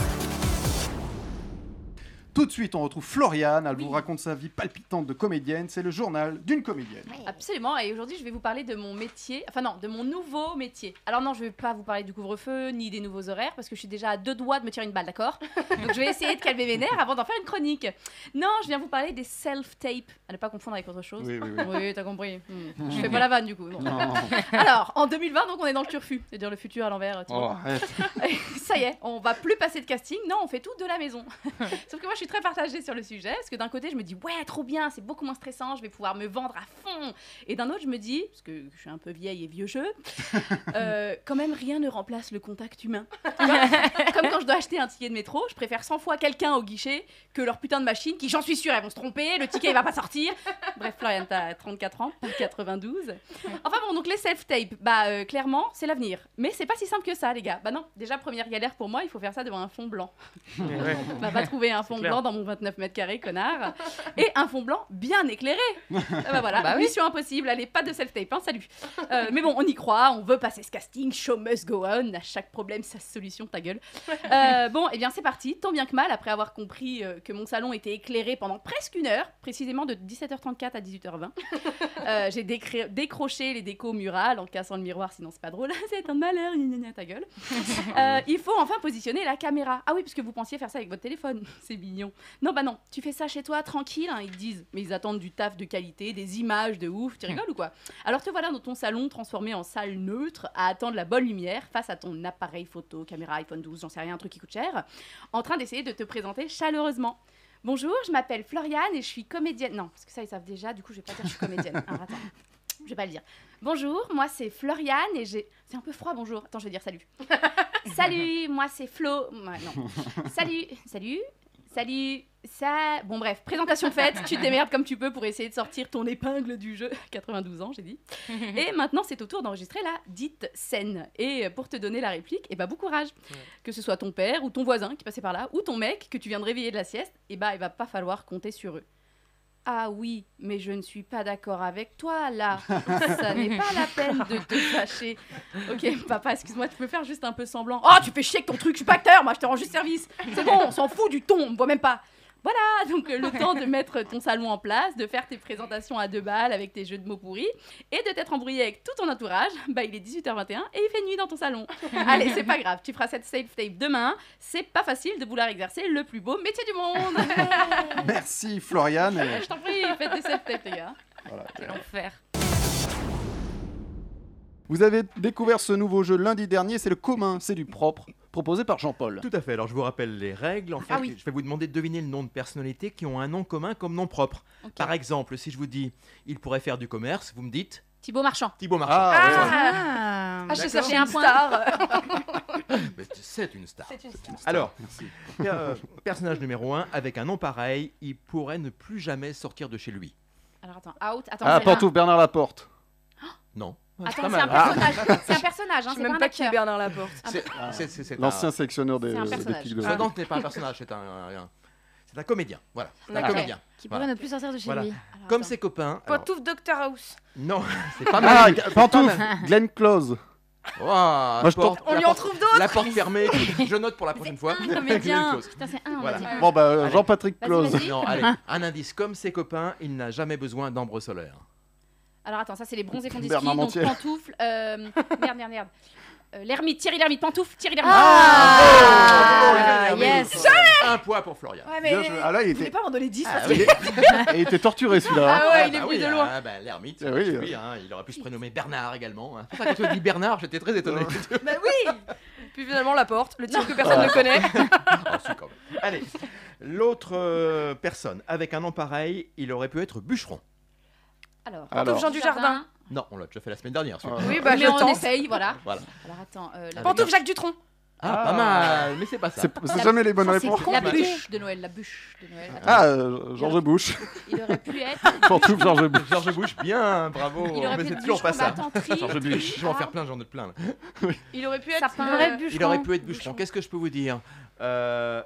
Tout de suite, on retrouve Floriane. Elle vous raconte sa vie palpitante de comédienne. C'est le journal d'une comédienne. Absolument, et aujourd'hui je vais vous parler de mon métier, enfin non, de mon nouveau métier. Alors non, je vais pas vous parler du couvre-feu ni des nouveaux horaires parce que je suis déjà à deux doigts de me tirer une balle, d'accord Donc je vais essayer de calmer mes nerfs avant d'en faire une chronique. Non, je viens vous parler des self-tapes, à ne pas confondre avec autre chose. Oui, oui, oui. t'as compris. Hmm. *laughs* Mm. Je fais pas la vanne du coup. non. Non. Alors, en 2020, donc on est dans le turfu, c'est-à-dire le futur à l'envers. tu Oh, vois. arrête. *laughs* Ça y est, on va plus passer de casting. Non, on fait tout de la maison. Sauf que moi, je suis très partagée sur le sujet. Parce que d'un côté, je me dis, ouais, trop bien, c'est beaucoup moins stressant, je vais pouvoir me vendre à fond. Et d'un autre, je me dis, parce que je suis un peu vieille et vieux jeu, euh, quand même, rien ne remplace le contact humain. Tu vois Comme quand je dois acheter un ticket de métro, je préfère 100 fois quelqu'un au guichet que leur putain de machine qui, j'en suis sûre, elles vont se tromper, le ticket, il va pas sortir. Bref, Florian, t'as 34 ans, pas 92. Enfin bon, donc les self-tapes, bah euh, clairement, c'est l'avenir. Mais c'est pas si simple que ça, les gars. Bah non, déjà, première galère pour moi, il faut faire ça devant un fond blanc. On va pas trouver un fond clair. blanc dans mon 29 mètres carrés, connard. Et un fond blanc bien éclairé. Ah bah voilà, Bah oui. mission impossible. Allez, pas de self-tape, hein, salut. Euh, mais bon, on y croit, on veut passer ce casting. Show must go on. À chaque problème, sa solution, ta gueule. Euh, bon, et bien c'est parti. Tant bien que mal, après avoir compris euh, que mon salon était éclairé pendant presque une heure, précisément de 17h34 à 18h20, euh, j'ai décré- décroché les décos murales en cassant le miroir, sinon c'est pas drôle. *laughs* c'est un malheur, gna gna gna, ta gueule. Euh, il faut enfin positionner la caméra. Ah oui, parce que vous pensiez faire ça avec votre téléphone. *laughs* C'est mignon. Non, bah non, tu fais ça chez toi, tranquille, hein, ils te disent. Mais ils attendent du taf de qualité, des images de ouf. Tu rigoles ou quoi Alors te voilà dans ton salon transformé en salle neutre à attendre la bonne lumière face à ton appareil photo, caméra iPhone 12, j'en sais rien, un truc qui coûte cher, en train d'essayer de te présenter chaleureusement. Bonjour, je m'appelle Floriane et je suis comédienne. Non, parce que ça, ils savent déjà, du coup, je vais pas dire que je suis comédienne. Alors, attends. Je vais pas le dire. Bonjour, moi c'est Floriane et j'ai. C'est un peu froid, bonjour. Attends, je vais dire salut. salut, moi c'est Flo. Ouais, non. Salut, salut, salut, ça. Bon, bref, présentation faite. Tu te démerdes comme tu peux pour essayer de sortir ton épingle du jeu. *laughs* 92 ans, j'ai dit. Et maintenant, c'est au tour d'enregistrer la dite scène. Et euh, pour te donner la réplique, et bah, bon courage. Que ce soit ton père ou ton voisin qui passait par là, ou ton mec que tu viens de réveiller de la sieste, et bah, il va pas falloir compter sur eux. Ah oui, mais je ne suis pas d'accord avec toi là. Ça n'est pas la peine de te fâcher. Ok, papa, excuse-moi, tu peux faire juste un peu semblant. Oh, tu fais chier avec ton truc, je suis pas acteur, moi je te rends juste service. C'est bon, on s'en fout du ton, on me voit même pas. Voilà, donc euh, le temps de mettre ton salon en place, de faire tes présentations à deux balles avec tes jeux de mots pourris et de t'être embrouillé avec tout ton entourage. Bah, il est 18h21 et il fait nuit dans ton salon. Allez, c'est pas grave, tu feras cette safe tape demain. C'est pas facile de vouloir exercer le plus beau métier du monde. *laughs* Merci, Ah, Floriane. Je t'en prie, faites des safe tapes, les gars. Quel enfer. Vous avez découvert ce nouveau jeu lundi dernier, c'est le commun, c'est du propre, proposé par Jean-Paul. Tout à fait. Alors je vous rappelle les règles. En fait, Ah oui. je vais vous demander de deviner le nom de personnalités qui ont un nom commun comme nom propre. Par exemple, si je vous dis il pourrait faire du commerce, vous me dites Thibaut Marchand. Thibaut Marchand. Ah, Ah, je d'accord. cherchais un point. Ah. Mais C'est une star. *laughs* C'est une star. Alors, per- euh, personnage numéro 1 avec un nom pareil, il pourrait ne plus jamais sortir de chez lui. Alors attends, out. Attends, ah, c'est Pantouf, Bernard Laporte. *gasps* Non. un- C'est pas Attends, c'est un mal. Ah. *laughs* personnage. C'est un personnage, hein, Je sais c'est même pas un pas qui est acteur. Bernard Laporte. Un C'est- ah, per- c'est- c'est- c'est L'ancien un- sectionneur des, C'est un des personnage. Pics de Ah, l'Or. non, ce n'est pas un personnage, c'est un, un- c'est un comédien. Voilà, c'est un D'accord. comédien. Qui Voilà. pourrait ne plus sortir de chez Voilà. lui. Comme ses copains. alors- Pantouf Doctor House. Non, *laughs* c'est pas Ah, mal. G- c'est pas Pantouf, mal. Glenn Close. Ouah, Moi, je porte- tourne- la On lui en porte- trouve d'autres. La porte *laughs* fermée, je note pour la prochaine fois. *laughs* un comédien. Close. Putain, c'est un, on Voilà. va dire. Bon, bah, euh, Allez. Jean-Patrick Close. Non, allez, un indice. Comme ses copains, il n'a jamais besoin d'ambre solaire. Alors attends, ça c'est les bronzés fondus Bernard donc Montiel. pantoufles. euh, merde, merde, merde. Euh, l'ermite, Thierry l'ermite, pantoufle, Thierry l'ermite. Ah, Ah, bravo, yes. Thierry l'ermite. Jamais Un point pour Florian. Ouais, mais Bien joué. Ah, là, il vous était- voulez pas m'en donner 10 Ah, parce que- Il est- *laughs* *laughs* il était torturé celui-là. hein. Ah ouais, il est bah venu oui, de loin. Ah, bah, l'ermite, Eh oui, c'est euh. lui, hein, il aurait pu se prénommer Bernard également. hein. C'est pour ça que quand tu dis Bernard, j'étais très étonné. Bah oui Puis finalement, la porte, le titre que personne ne connaît. Ah, si, quand même. *laughs* Allez, l'autre euh, personne avec un nom pareil, il aurait pu être bûcheron. Alors, Alors. Pantoufle Jean du Ah Jardin. bah, Non, on l'a déjà fait la semaine dernière. celui-là. mais on essaye, voilà. Voilà. Alors attends, euh, Avec Pantoufle un- Jacques Dutronc. Ah, pas mal, mais c'est pas ça. C'est- c'est jamais les bonnes Ah, réponses. c'est La bûche de Noël, la bûche de Noël. Ah, Attends. euh, George Bush. Il *laughs* aurait pu être. *laughs* Pantoufle George Bush. George Bush, bien, bravo. Il aurait mais pu c'est être toujours pas ça. bûcheron, battant, tri- George Bush, je vais en faire Ah. plein, j'en ai plein. là. Il aurait pu être. Sapin. Vrai euh, Il aurait pu être bûcheron. Qu'est-ce que je peux vous dire Euh,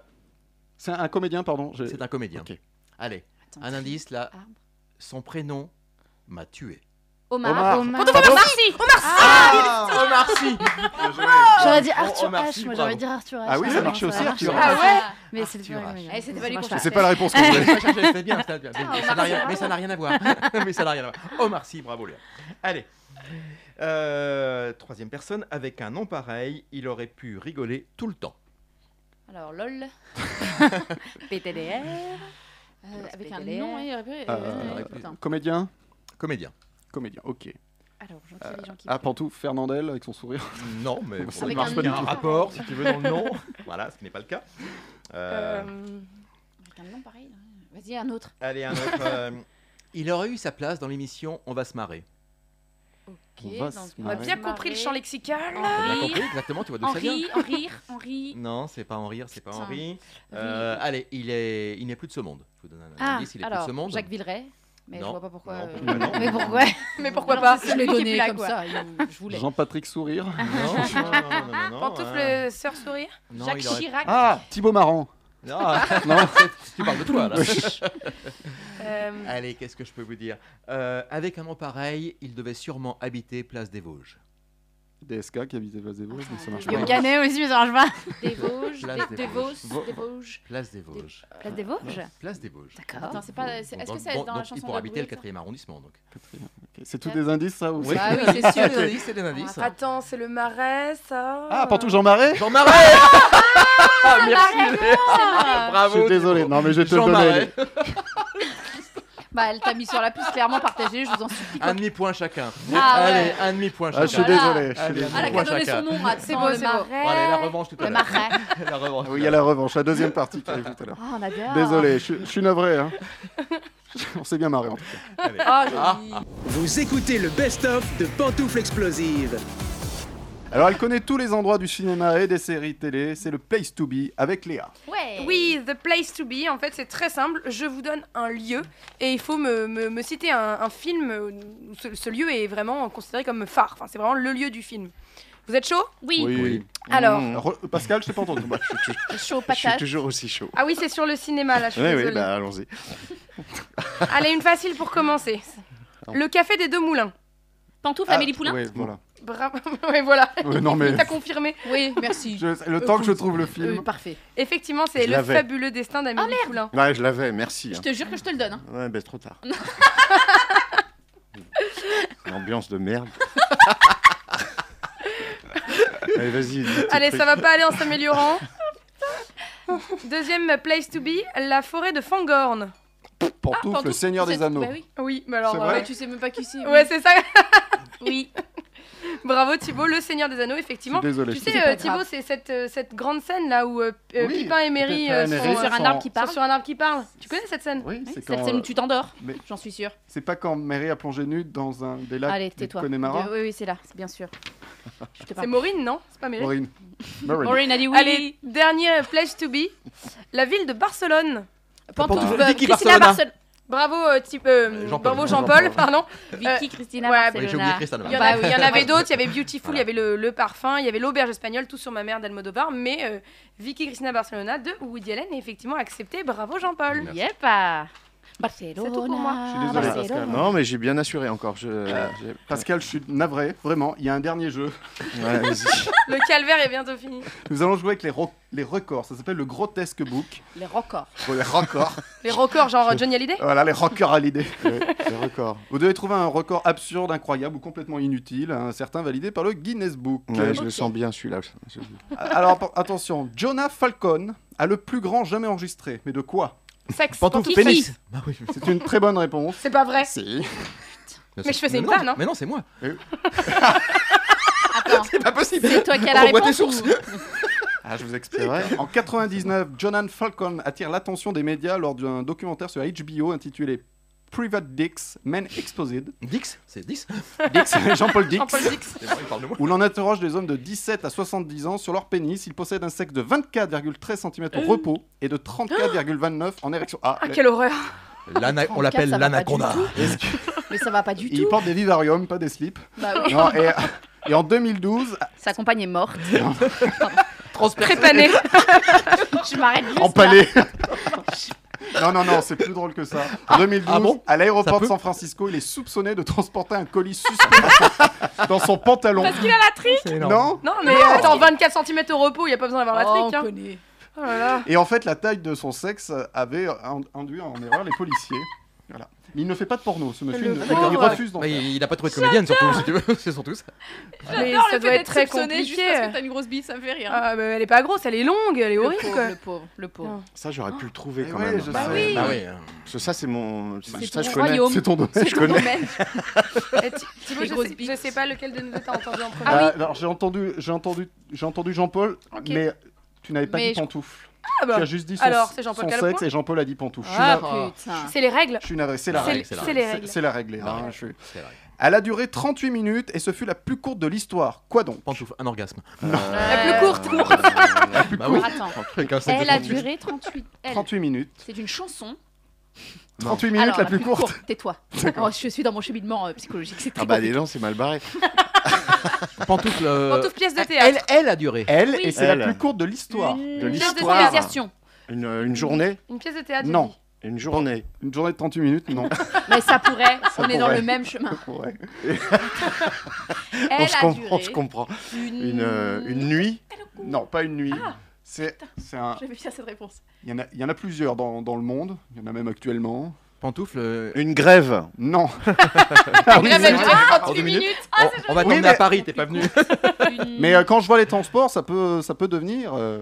C'est un comédien, pardon. j'ai- C'est un comédien. Allez, un tri- indice là. Son prénom m'a tué. Omar. Omar. Omar. Quand on fait Omar Sy. Omar Sy. Ah, Ah, Omar Sy. Bravo. Bien joué. J'aurais dit Oh, Arthur Omar H. Sy, Moi, bravo. j'aurais dit Arthur H. Ah oui, ça Ouais, marchait aussi, marchait. Arthur H. Ah ouais Ah. Mais c'était pas Arthur la H. même. Eh, c'était pas lui vachement qu'on fait. pas la réponse que vous *laughs* voulez. C'était bien, c'était bien. Ah, Mais Omar ça n'a Sy, rien- Mais bravo. ça n'a rien à voir. *laughs* Mais ça n'a rien à voir. Omar Sy, bravo Léa. Allez. Euh, troisième personne, avec un nom pareil, il aurait pu rigoler tout le temps. *laughs* Alors, lol. PTDR. Euh, avec un PTDR. nom, hein, il aurait pu. euh, Euh, ouais, putain. comédien Comédien. Comédien, ok. Alors, j'entends les gens qui. Ah, Pantoufle Fernandel avec son sourire Non, mais *laughs* Ça bon, ne il marche pas y du a un tout. rapport, si tu veux, dans le nom. *laughs* voilà, ce qui n'est pas le cas. Euh, Euh, Avec un nom pareil. hein. Vas-y, un autre. Allez, un autre. euh, il aurait eu sa place dans l'émission On va se marrer. On va donc- se On a bien Marrer. compris le champ lexical. On a compris exactement, tu vois d'où En ça vient. rire, en rire, en rire. Non, c'est pas en rire, c'est pas en Putain. rire. Euh, allez, il est, il n'est plus de ce monde. Je vous donne un Ah, indice, il est plus de alors, ce monde. Jacques Villeray, mais je Non, vois pas pourquoi, non, euh, pourquoi non. mais *laughs* pourquoi Mais pourquoi pas Je l'ai donné comme ça, il- je voulais. Jean-Patrick Sourire Non, non, non, non, non, Pantoufle hein. euh, Sœur Sourire Non, Jacques il aurait- Chirac Ah, Thibaut Marant *laughs* Non, Ah. *laughs* Non. tu parles de toi *laughs* là. Euh. Allez, qu'est-ce que je peux vous dire Euh, Avec un nom pareil, il devait sûrement habiter Place des Vosges. DSK qui a visé Place des Vosges, mais ça Ah, marche Guillaume pas. Canet aussi, mais ça marche pas. Des Vosges, Place *laughs* des des, des Vosges, Vosges. Vo- des Vosges. Place des Vosges. Place des Vosges Non, Place des Vosges. D'accord. Attends, c'est pas- c'est- Donc, est-ce dans que le- c'est bon, dans la donc, chanson Il de pour habiter le Brel, ça 4 arrondissement. Donc. Ok, C'est tous des indices, ça ou Oui. Ah oui, *laughs* C'est c'est des sûr. indices, c'est des indices. Attends, c'est le marais, ça. Ah, Pantoufle Jean Marais Jean Marais Ah, merci Léa. Bravo Je suis désolé, non mais je te le Jean donnais. Marais. Bah, elle t'a mis sur la puce, clairement partagée, je vous en supplie. Un demi-point chacun. Ah ouais. Allez, un demi-point chacun. Ah, je suis désolé, je suis Allez, un désolé. Ah, la demi-point cadeau, mais son chacun. nom, attends, C'est Oh, le beau, c'est beau. marais. Bon, allez, la revanche tout à Le l'heure. marais. La revanche. Oui, il y a la revanche, la deuxième partie qui arrive tout à l'heure. Ah, Oh, on Ah. adore. Désolé, je, suis- je suis navré. hein. On s'est bien marré en tout cas. Ah, Ah. Vous écoutez le best-of de Pantoufle Explosive. Alors, elle connaît tous les endroits du cinéma et des séries télé. C'est le place to be avec Léa. Oui, The Place to Be, en fait c'est très simple, je vous donne un lieu et il faut me, me- me citer un, un film où ce, ce lieu est vraiment considéré comme phare, enfin c'est vraiment le lieu du film. Vous êtes chaud Alors, Re- Pascal, je t'ai pas entendu. Bah, je, je- chaud Mm. Je suis patate. toujours aussi chaud. Ah oui, c'est sur le cinéma là, je suis oui, bah. désolée. oui, bah allons-y. Allez, une facile *laughs* pour commencer. Non. Le café des deux moulins. Pantoufle Ah, ouais, voilà. Bravo, *laughs* ouais, voilà. Ouais, non, mais- *laughs* T'as confirmé Oui, merci. Je- le temps que je trouve le film. parfait. Effectivement, c'est Je le l'avais. fabuleux destin d'Amélie Poulain. Ouais, je l'avais, merci. hein. jure que je te *laughs* le donne. Ouais, bah c'est trop *laughs* tard. L'ambiance de *laughs* merde. Allez, vas-y. dis tes Allez, trucs. ça va pas aller *laughs* en s'améliorant. Deuxième place to be, la forêt de Fangorn. Ah, Pantoufle, Ah, le Seigneur des Anneaux. bah oui. mais alors. C'est euh, vrai Ouais, bah tu sais même pas qui c'est. Ouais, c'est *laughs* ça. oui. Bravo Thibaut, le Seigneur des Anneaux, effectivement. Je suis désolé, tu je suis sais, pas euh, Thibaut, c'est cette, euh, cette grande scène là où euh, euh, Oui, Pipin et Mary Pipin et euh, Mary sont, euh, sont- Sur un arbre qui sont parle. sur un arbre qui parle. Tu connais cette scène Oui, c'est Cette quand, scène où euh, tu t'endors, mais- j'en suis sûre. C'est pas quand Mary a plongé nude dans un des lacs Allez, du tais-toi. Connemara Oui, oui, c'est là, c'est bien sûr. Je te C'est parle. Maureen, non C'est pas Mary Maureen. Maureen. Maureen a dit oui. Allez, dernier place to be, la ville de Barcelone. euh, Pantoufle, Pantoufle, Vicky Christina Barcelona. Barcel- Bravo, euh, type, euh, Jean-Paul. bravo Jean-Paul. Jean-Paul, pardon. Euh, Vicky, Christina Oui, j'ai oublié Christina. Il y en a- Bah oui. il y en avait d'autres, il y avait Beautiful, il y avait le, le parfum, il y avait l'auberge espagnole, tout sur ma mère d'Almodovar, mais euh, Vicky Cristina Barcelona de Woody Allen est effectivement accepté. Bravo Jean-Paul. Yep. Ah. C'est tout pour moi. Je suis désolé, Pascal. Non, mais j'ai bien assuré encore. Je... j'ai- Euh, Pascal, je suis navré, vraiment. Il y a un dernier jeu. Ouais, vas-y. Le calvaire est bientôt fini. *laughs* Nous allons jouer avec les, ro- les records. Ça s'appelle le grotesque book. Les records. Bon, les *laughs* records. Les records, genre Johnny Hallyday Voilà, les records à l'idée. les records. Vous devez trouver un record absurde, incroyable ou complètement inutile, un certain validé par le Guinness Book. Ouais, Je le sens bien celui-là. Je- je- Alors pa- attention, Jonah Falcon a le plus grand jamais enregistré. Mais de quoi Sexe. Pantoufle pénis. Bah C'est une très bonne réponse. C'est pas vrai. *laughs* Si. Mais je faisais une non, vanne, hein. Mais non, c'est moi. Attends. C'est pas possible. C'est toi qui as la Envoie tes réponse. sources. Ah, je vous explique. En 99, Jonah Falcon attire l'attention des médias lors d'un documentaire sur HBO intitulé Private Dix, Men Exposed. Dix C'est Dix Dix, *laughs* Jean-Paul Dix. Jean-Paul Dix. C'est bon, il parle de moi. Où l'on interroge des hommes de 17 à 70 ans sur leur pénis. Ils possèdent un sexe de 24,13 cm au Euh. repos et de 34,29 en érection. Ah, Ah, mais- quelle horreur L'ana- on l'appelle 34, ça va pas du l'anaconda. tout. Est-ce Mais ça va pas du Ils tout. portent des vivariums, pas des slips. Bah oui. Non, et, et en 2012, Sa compagne *laughs* est morte. Trépanée. Je m'arrête juste. empalé. là. *laughs* Non, non, non, c'est plus drôle que ça. En 2012, ah bon à Ça l'aéroport peut de San Francisco, il est soupçonné de transporter un colis suspect dans son- dans son pantalon. Parce qu'il a la trique énorme. Non. Non, mais Non. attends, 24 cm au repos, il a pas besoin d'avoir la Oh, trique. on hein. Oh là là. Et en fait, la taille de son sexe avait in- induit en erreur les policiers. Voilà. Mais il ne fait pas de porno, ce monsieur. Le il ne- pauvre. il refuse d'en Bah, faire. il- il a pas trouvé de comédienne, surtout, si tu veux, *laughs* c'est surtout ça. Mais J'adore ça le doit fait être d'être très soupçonné juste compliqué. parce que t'as une grosse bite, ça me fait rire. Ah, mais elle est pas grosse, elle est longue, elle est Le horrible pauvre, quoi. le pauvre, le pauvre. Ça, j'aurais pu le trouver Eh quand ouais, même. je Bah sais. oui. Bah oui. Parce que ça, c'est mon. C'est Bah, ça, ton je connais. royaume. C'est ton domaine, Je c'est ton connais. domaine. Eh, Thi- Thibaut, Les je grosses sais, je sais pas lequel de nous deux t'as entendu en premier. Ah Bah, Alors, j'ai entendu, j'ai entendu, j'ai entendu Jean-Paul, mais tu n'avais pas Mais dit je- pantoufle. Ah bah. Tu as juste dit son, Alors, c'est Jean-Paul son Calpoint sexe et Jean-Paul a dit pantoufle. Je suis Ah, navré. putain. C'est les règles. Je suis navré, c'est la C'est- règle. c'est la c'est les règle. règles. C'est la règle. les La Bah, gars, règle. je suis- Elle a duré 38 minutes et ce fut la plus courte de l'histoire. Quoi donc Euh, Pantoufle, un orgasme. Euh, La plus courte. La plus Bah courte. oui. Attends. Elle a duré 38. elle. 38 minutes. C'est une chanson. 38 minutes, Alors, la plus courte. Tais-toi. D'accord. Oh, je suis dans mon cheminement euh, psychologique. C'est très Ah bah compliqué. les gens, c'est mal barré. *laughs* Pantoufle. euh, Pantoufle pièce de théâtre. Elle, elle a durée. Elle, Oui. et c'est la Elle. plus courte de l'histoire. De pièce de l'histoire. civilisation. Une, euh, une journée Une pièce de théâtre. je Non. dis. Une journée. Une journée de 38 *laughs* minutes, non. *laughs* Mais ça pourrait. Ça on est dans pourrait. le même chemin. Ouais. Elle on, se a comprend, on duré se comprend. une- Une, euh, une nuit Non, pas une nuit. Ah, C'est c'est un. J'avais bien cette réponse. Il y en a- il y, en a plusieurs dans, dans le monde. Il y en a même actuellement. Pantoufle. euh, Une grève Non. *laughs* Ah Une grève, elle dure 38 minutes. Ah, c'est On va Oui, t'emmener mais- à Paris, t'es pas venu. Mais euh, quand je vois les transports, ça peut, ça peut devenir. euh,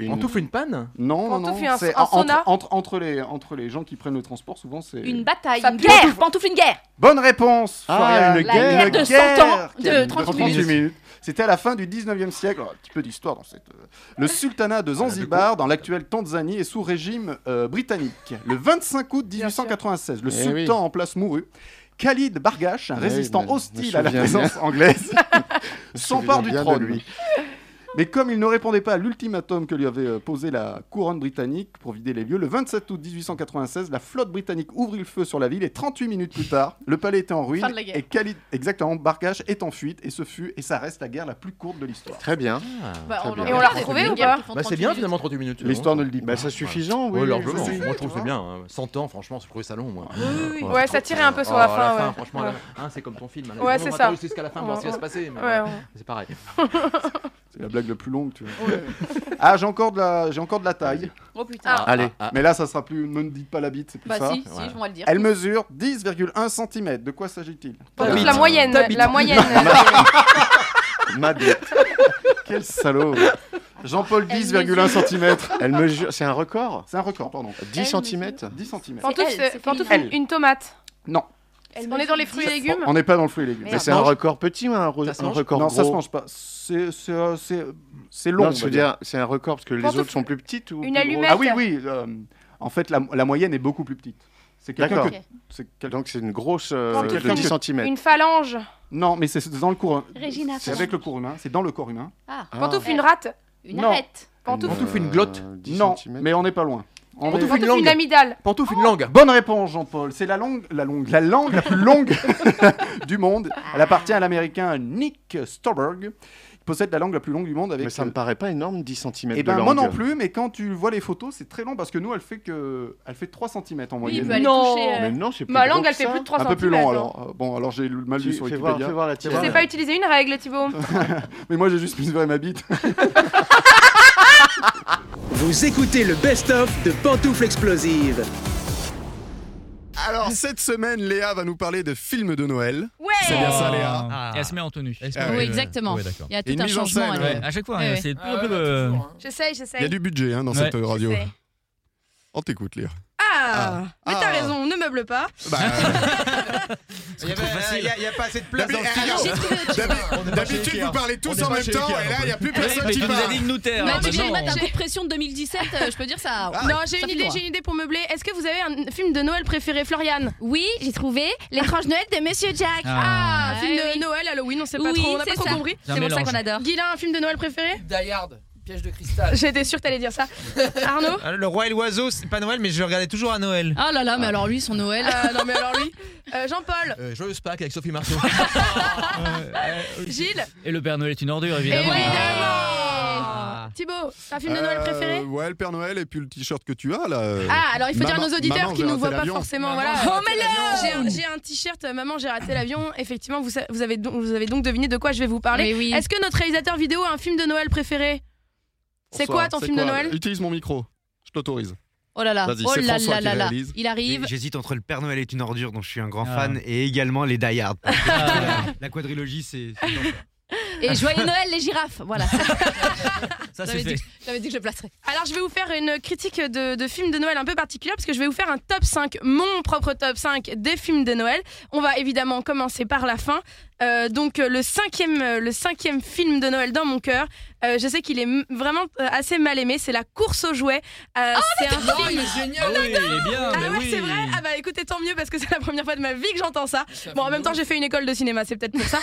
une... Pantoufle, une panne Non, non, Pantoufle, non. un- c'est un en- sauna entre, entre, entre les, entre les gens qui prennent le transport, souvent, c'est. Une bataille. Une guerre. Pantoufle, une guerre. Bonne réponse Ah, Florian. une La guerre. guerre de 100 ans, de Quelle- 38 minutes. C'était à la fin du 19e siècle, Alors, un petit peu d'histoire dans cette... euh, Le *laughs* sultanat Ah, de Zanzibar, dans l'actuelle Tanzanie, est sous régime euh, britannique. Le 25 août 1896, le Eh sultan oui. en place mourut. Khalid Bargash, un Oui, résistant mais- me hostile à la souviens présence bien. *laughs* anglaise, me s'empare souviens du bien de trône. lui. Mais comme il ne répondait pas à l'ultimatum que lui avait euh, posé la couronne britannique pour vider les lieux, le 27 août 1896, la flotte britannique ouvrit le feu sur la ville et 38 minutes plus tard, le palais était en ruine de la guerre. et Khalid, exactement, Bargash est en fuite et ce fut et ça reste la guerre la plus courte de l'histoire. Très bien. Ah, Bah, Très on bien. l'a- Et on l'a retrouvé ou pas Bah, c'est bien finalement 38 minutes. L'histoire ne le dit pas. C'est suffisant, hein, oui. Ouais, oui, largement. oui. Moi, je trouve que c'est bien. hein. 100 ans, franchement, c'est le salon, moi. oui. Ouais, ça tirait un peu sur la Oh, fin, ouais. Franchement, Ouais. la- hein, c'est comme ton film. hein. Ouais, On c'est va ça. attendre Jusqu'à la fin, voir ce qui va se passer. mais Ouais, bon, ouais. C'est pareil. C'est la blague la plus longue, tu vois. *laughs* ah, j'ai encore de la j'ai encore de la taille. Oh putain. Ah. Allez, Ah, ah. mais là ça sera plus ne me dites pas la bite, c'est plus Bah ça. si, si, Ouais. on va le dire. Elle mesure 10,1 cm. De quoi s'agit-il Pantoufle, la moyenne, Ta bite. la moyenne. *laughs* Ma bête. *laughs* Quel salaud. Jean-Paul 10,1 cm. Elle mesure. C'est un record C'est un record, pardon. 10 cm 10 cm. Pantoufle, elle, c'est- c'est pantoufle, féminin. une tomate. Non. On est dans les fruits et légumes On n'est pas dans le fruit et légumes. Mais c'est un record petit ou un, re- un record Non, gros ça se mange pas. C'est- C'est euh, c'est- c'est long. Non, on je va veux dire. dire, c'est un record parce que les Pantoufle- autres sont plus petites ou Une plus grosses allumette. Ah oui, oui. euh, en fait, la, la moyenne est beaucoup plus petite. C'est quelqu'un D'accord. que- Ok. c'est Donc c'est une grosse euh, Pantoufle- de quelqu'un 10 que- cm. Une phalange. Non, mais c'est dans le corps. Régina C'est Phalange. avec le corps humain. C'est dans le corps humain. Ah. Ah. Euh, Pantoufle, une rate. Une Non. arête. Pantoufle, une glotte. Non, mais on n'est pas loin. On Pantoufle, est- une Pantoufle, une amygdale. Pantoufle, une langue. Bonne réponse, Jean-Paul. C'est la langue, la langue, la langue la plus *laughs* longue du monde. Elle appartient à l'américain Nick Storberg. Il possède la langue la plus longue du monde avec. Mais ça me paraît pas énorme 10 cm Et de langue. moi non plus, mais quand tu vois les photos, c'est très long parce que nous, elle fait que, elle fait 3 cm en moyenne. doit aller Non. toucher, euh, Mais non, c'est plus ma gros langue, que elle fait ça. plus de 3 Un peu plus centimètres, long hein. alors. Euh, Bon, alors j'ai lu- mal lu Tu- sur fais voir- Wikipédia. fais voir la Tu sais pas utiliser une règle, Thibaut. *laughs* mais moi, j'ai juste plus vrai ma bite. Vous écoutez le best-of de Pantoufle Explosive. Alors, cette semaine, Léa va nous parler de films de Noël. Ouais C'est bien ça, Léa Ah. Et elle se met en tenue. Ah oui, exactement. ouais, d'accord. Il y a Et tout une un mise en changement, scène, alors. ouais. À chaque fois, Ouais, hein, ouais. c'est Ah un peu. *laughs* ouais, euh, bah, J'essaye, j'essaye. Il y a du budget hein, dans Ouais. cette euh, radio. J'essaie. On t'écoute, Léa. Ah, Mais t'as Ah. raison, ne meuble pas. Il y avait- euh, il y a- il y a pas assez de place dans le D'habitude- studio. alors, j'ai trouvé autre chose. D'habi- D'habitude, vous parlez tous en même temps, et là, il n'y a plus personne qui parle. Bah, Mais tu sais, ta coup de pression de 2017, euh, je peux dire ça. non, j'ai une idée, j'ai une idée pour meubler. Est-ce que vous avez un film de Noël préféré, Floriane Oui, j'ai trouvé L'étrange Noël de Monsieur Jack. Ah, Ah. film Ouais, de oui. Noël, Halloween, on sait pas Oui, trop, on a pas c'est trop ça. compris. C'est Un pour ça mélange. qu'on adore. Guilin, un film de Noël préféré Die Hard, piège de cristal. J'étais sûre que t'allais dire ça. *laughs* Arnaud Ah, Le roi et l'oiseau, c'est pas Noël, mais je le regardais toujours à Noël. Ah là là, mais alors lui, son Noël. non, mais alors lui. Jean-Paul, Euh, Joyeuse Pâques avec Sophie Marceau. Gilles, Et le Père Noël est une ordure, évidemment. Ah. Thibaut, un film de Euh, Noël préféré Euh, Ouais, le Père Noël et puis le t-shirt que tu as là. euh, Ah, alors il faut dire Maman- à nos auditeurs Maman, qui j'ai nous raté voient pas l'avion. forcément. Maman, Voilà. j'ai raté J'ai l'avion. un- J'ai un t-shirt euh, Maman, j'ai raté l'avion. Effectivement, vous, sa- vous, avez donc, vous avez donc deviné de quoi je vais vous parler. Mais oui. Est-ce que notre réalisateur vidéo a un film de Noël préféré C'est quoi Bonsoir, ton c'est film de Noël Utilise mon micro, je t'autorise. Oh là là, Vas-y, oh c'est là François là qui là là. réalise. Il arrive. J'hésite entre le Père Noël est une ordure, dont je suis un grand Ah. fan, et également les Die Hard. Ah. parce que la- La quadrilogie, c'est. c'est l'enfer. Et joyeux Noël, les girafes. Voilà. *laughs* Ça, J'avais c'est dit, fait. j'avais dit que je placerais. Alors je vais vous faire une critique de, de films de Noël un peu particulière parce que je vais vous faire un top 5, mon propre top 5 des films de Noël. On va évidemment commencer par la fin. Euh, donc euh, le cinquième, euh, le cinquième film de Noël dans mon cœur, Euh, je sais qu'il est m- vraiment euh, assez mal aimé, c'est La course aux jouets. Euh, c'est un trop film... bien. Oh, mais génial, Ah oui, j'adore. il est bien, Ah mais ouais, oui. c'est vrai Ah bah écoutez, tant mieux parce que c'est la première fois de ma vie que j'entends ça. Bon, en même temps, j'ai fait une école de cinéma, c'est peut-être pour ça.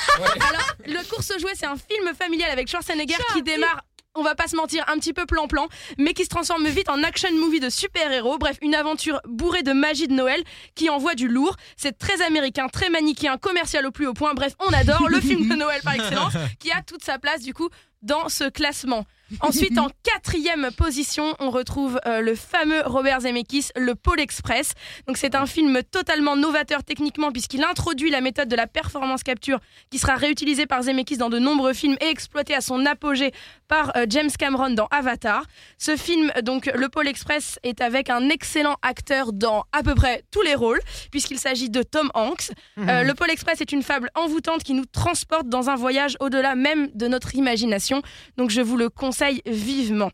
Alors, *laughs* Le course aux jouets, c'est un film familial avec Schwarzenegger qui démarre on va pas se mentir, un petit peu plan-plan, mais qui se transforme vite en action movie de super-héros. Bref, une aventure bourrée de magie de Noël qui envoie du lourd. C'est très américain, très manichéen, commercial au plus haut point. Bref, on adore le film de Noël par excellence qui a toute sa place du coup dans ce classement. Ensuite, en quatrième position, on retrouve euh, le fameux Robert Zemeckis, Le Pôle Express. Donc, c'est un film totalement novateur techniquement puisqu'il introduit la méthode de la performance capture qui sera réutilisée par Zemeckis dans de nombreux films et exploitée à son apogée par euh, James Cameron dans Avatar. Ce film, euh, donc Le Pôle Express, est avec un excellent acteur dans à peu près tous les rôles puisqu'il s'agit de Tom Hanks. Euh, Mhm. le Pôle Express est une fable envoûtante qui nous transporte dans un voyage au-delà même de notre imagination. Donc je vous le conseille vivement.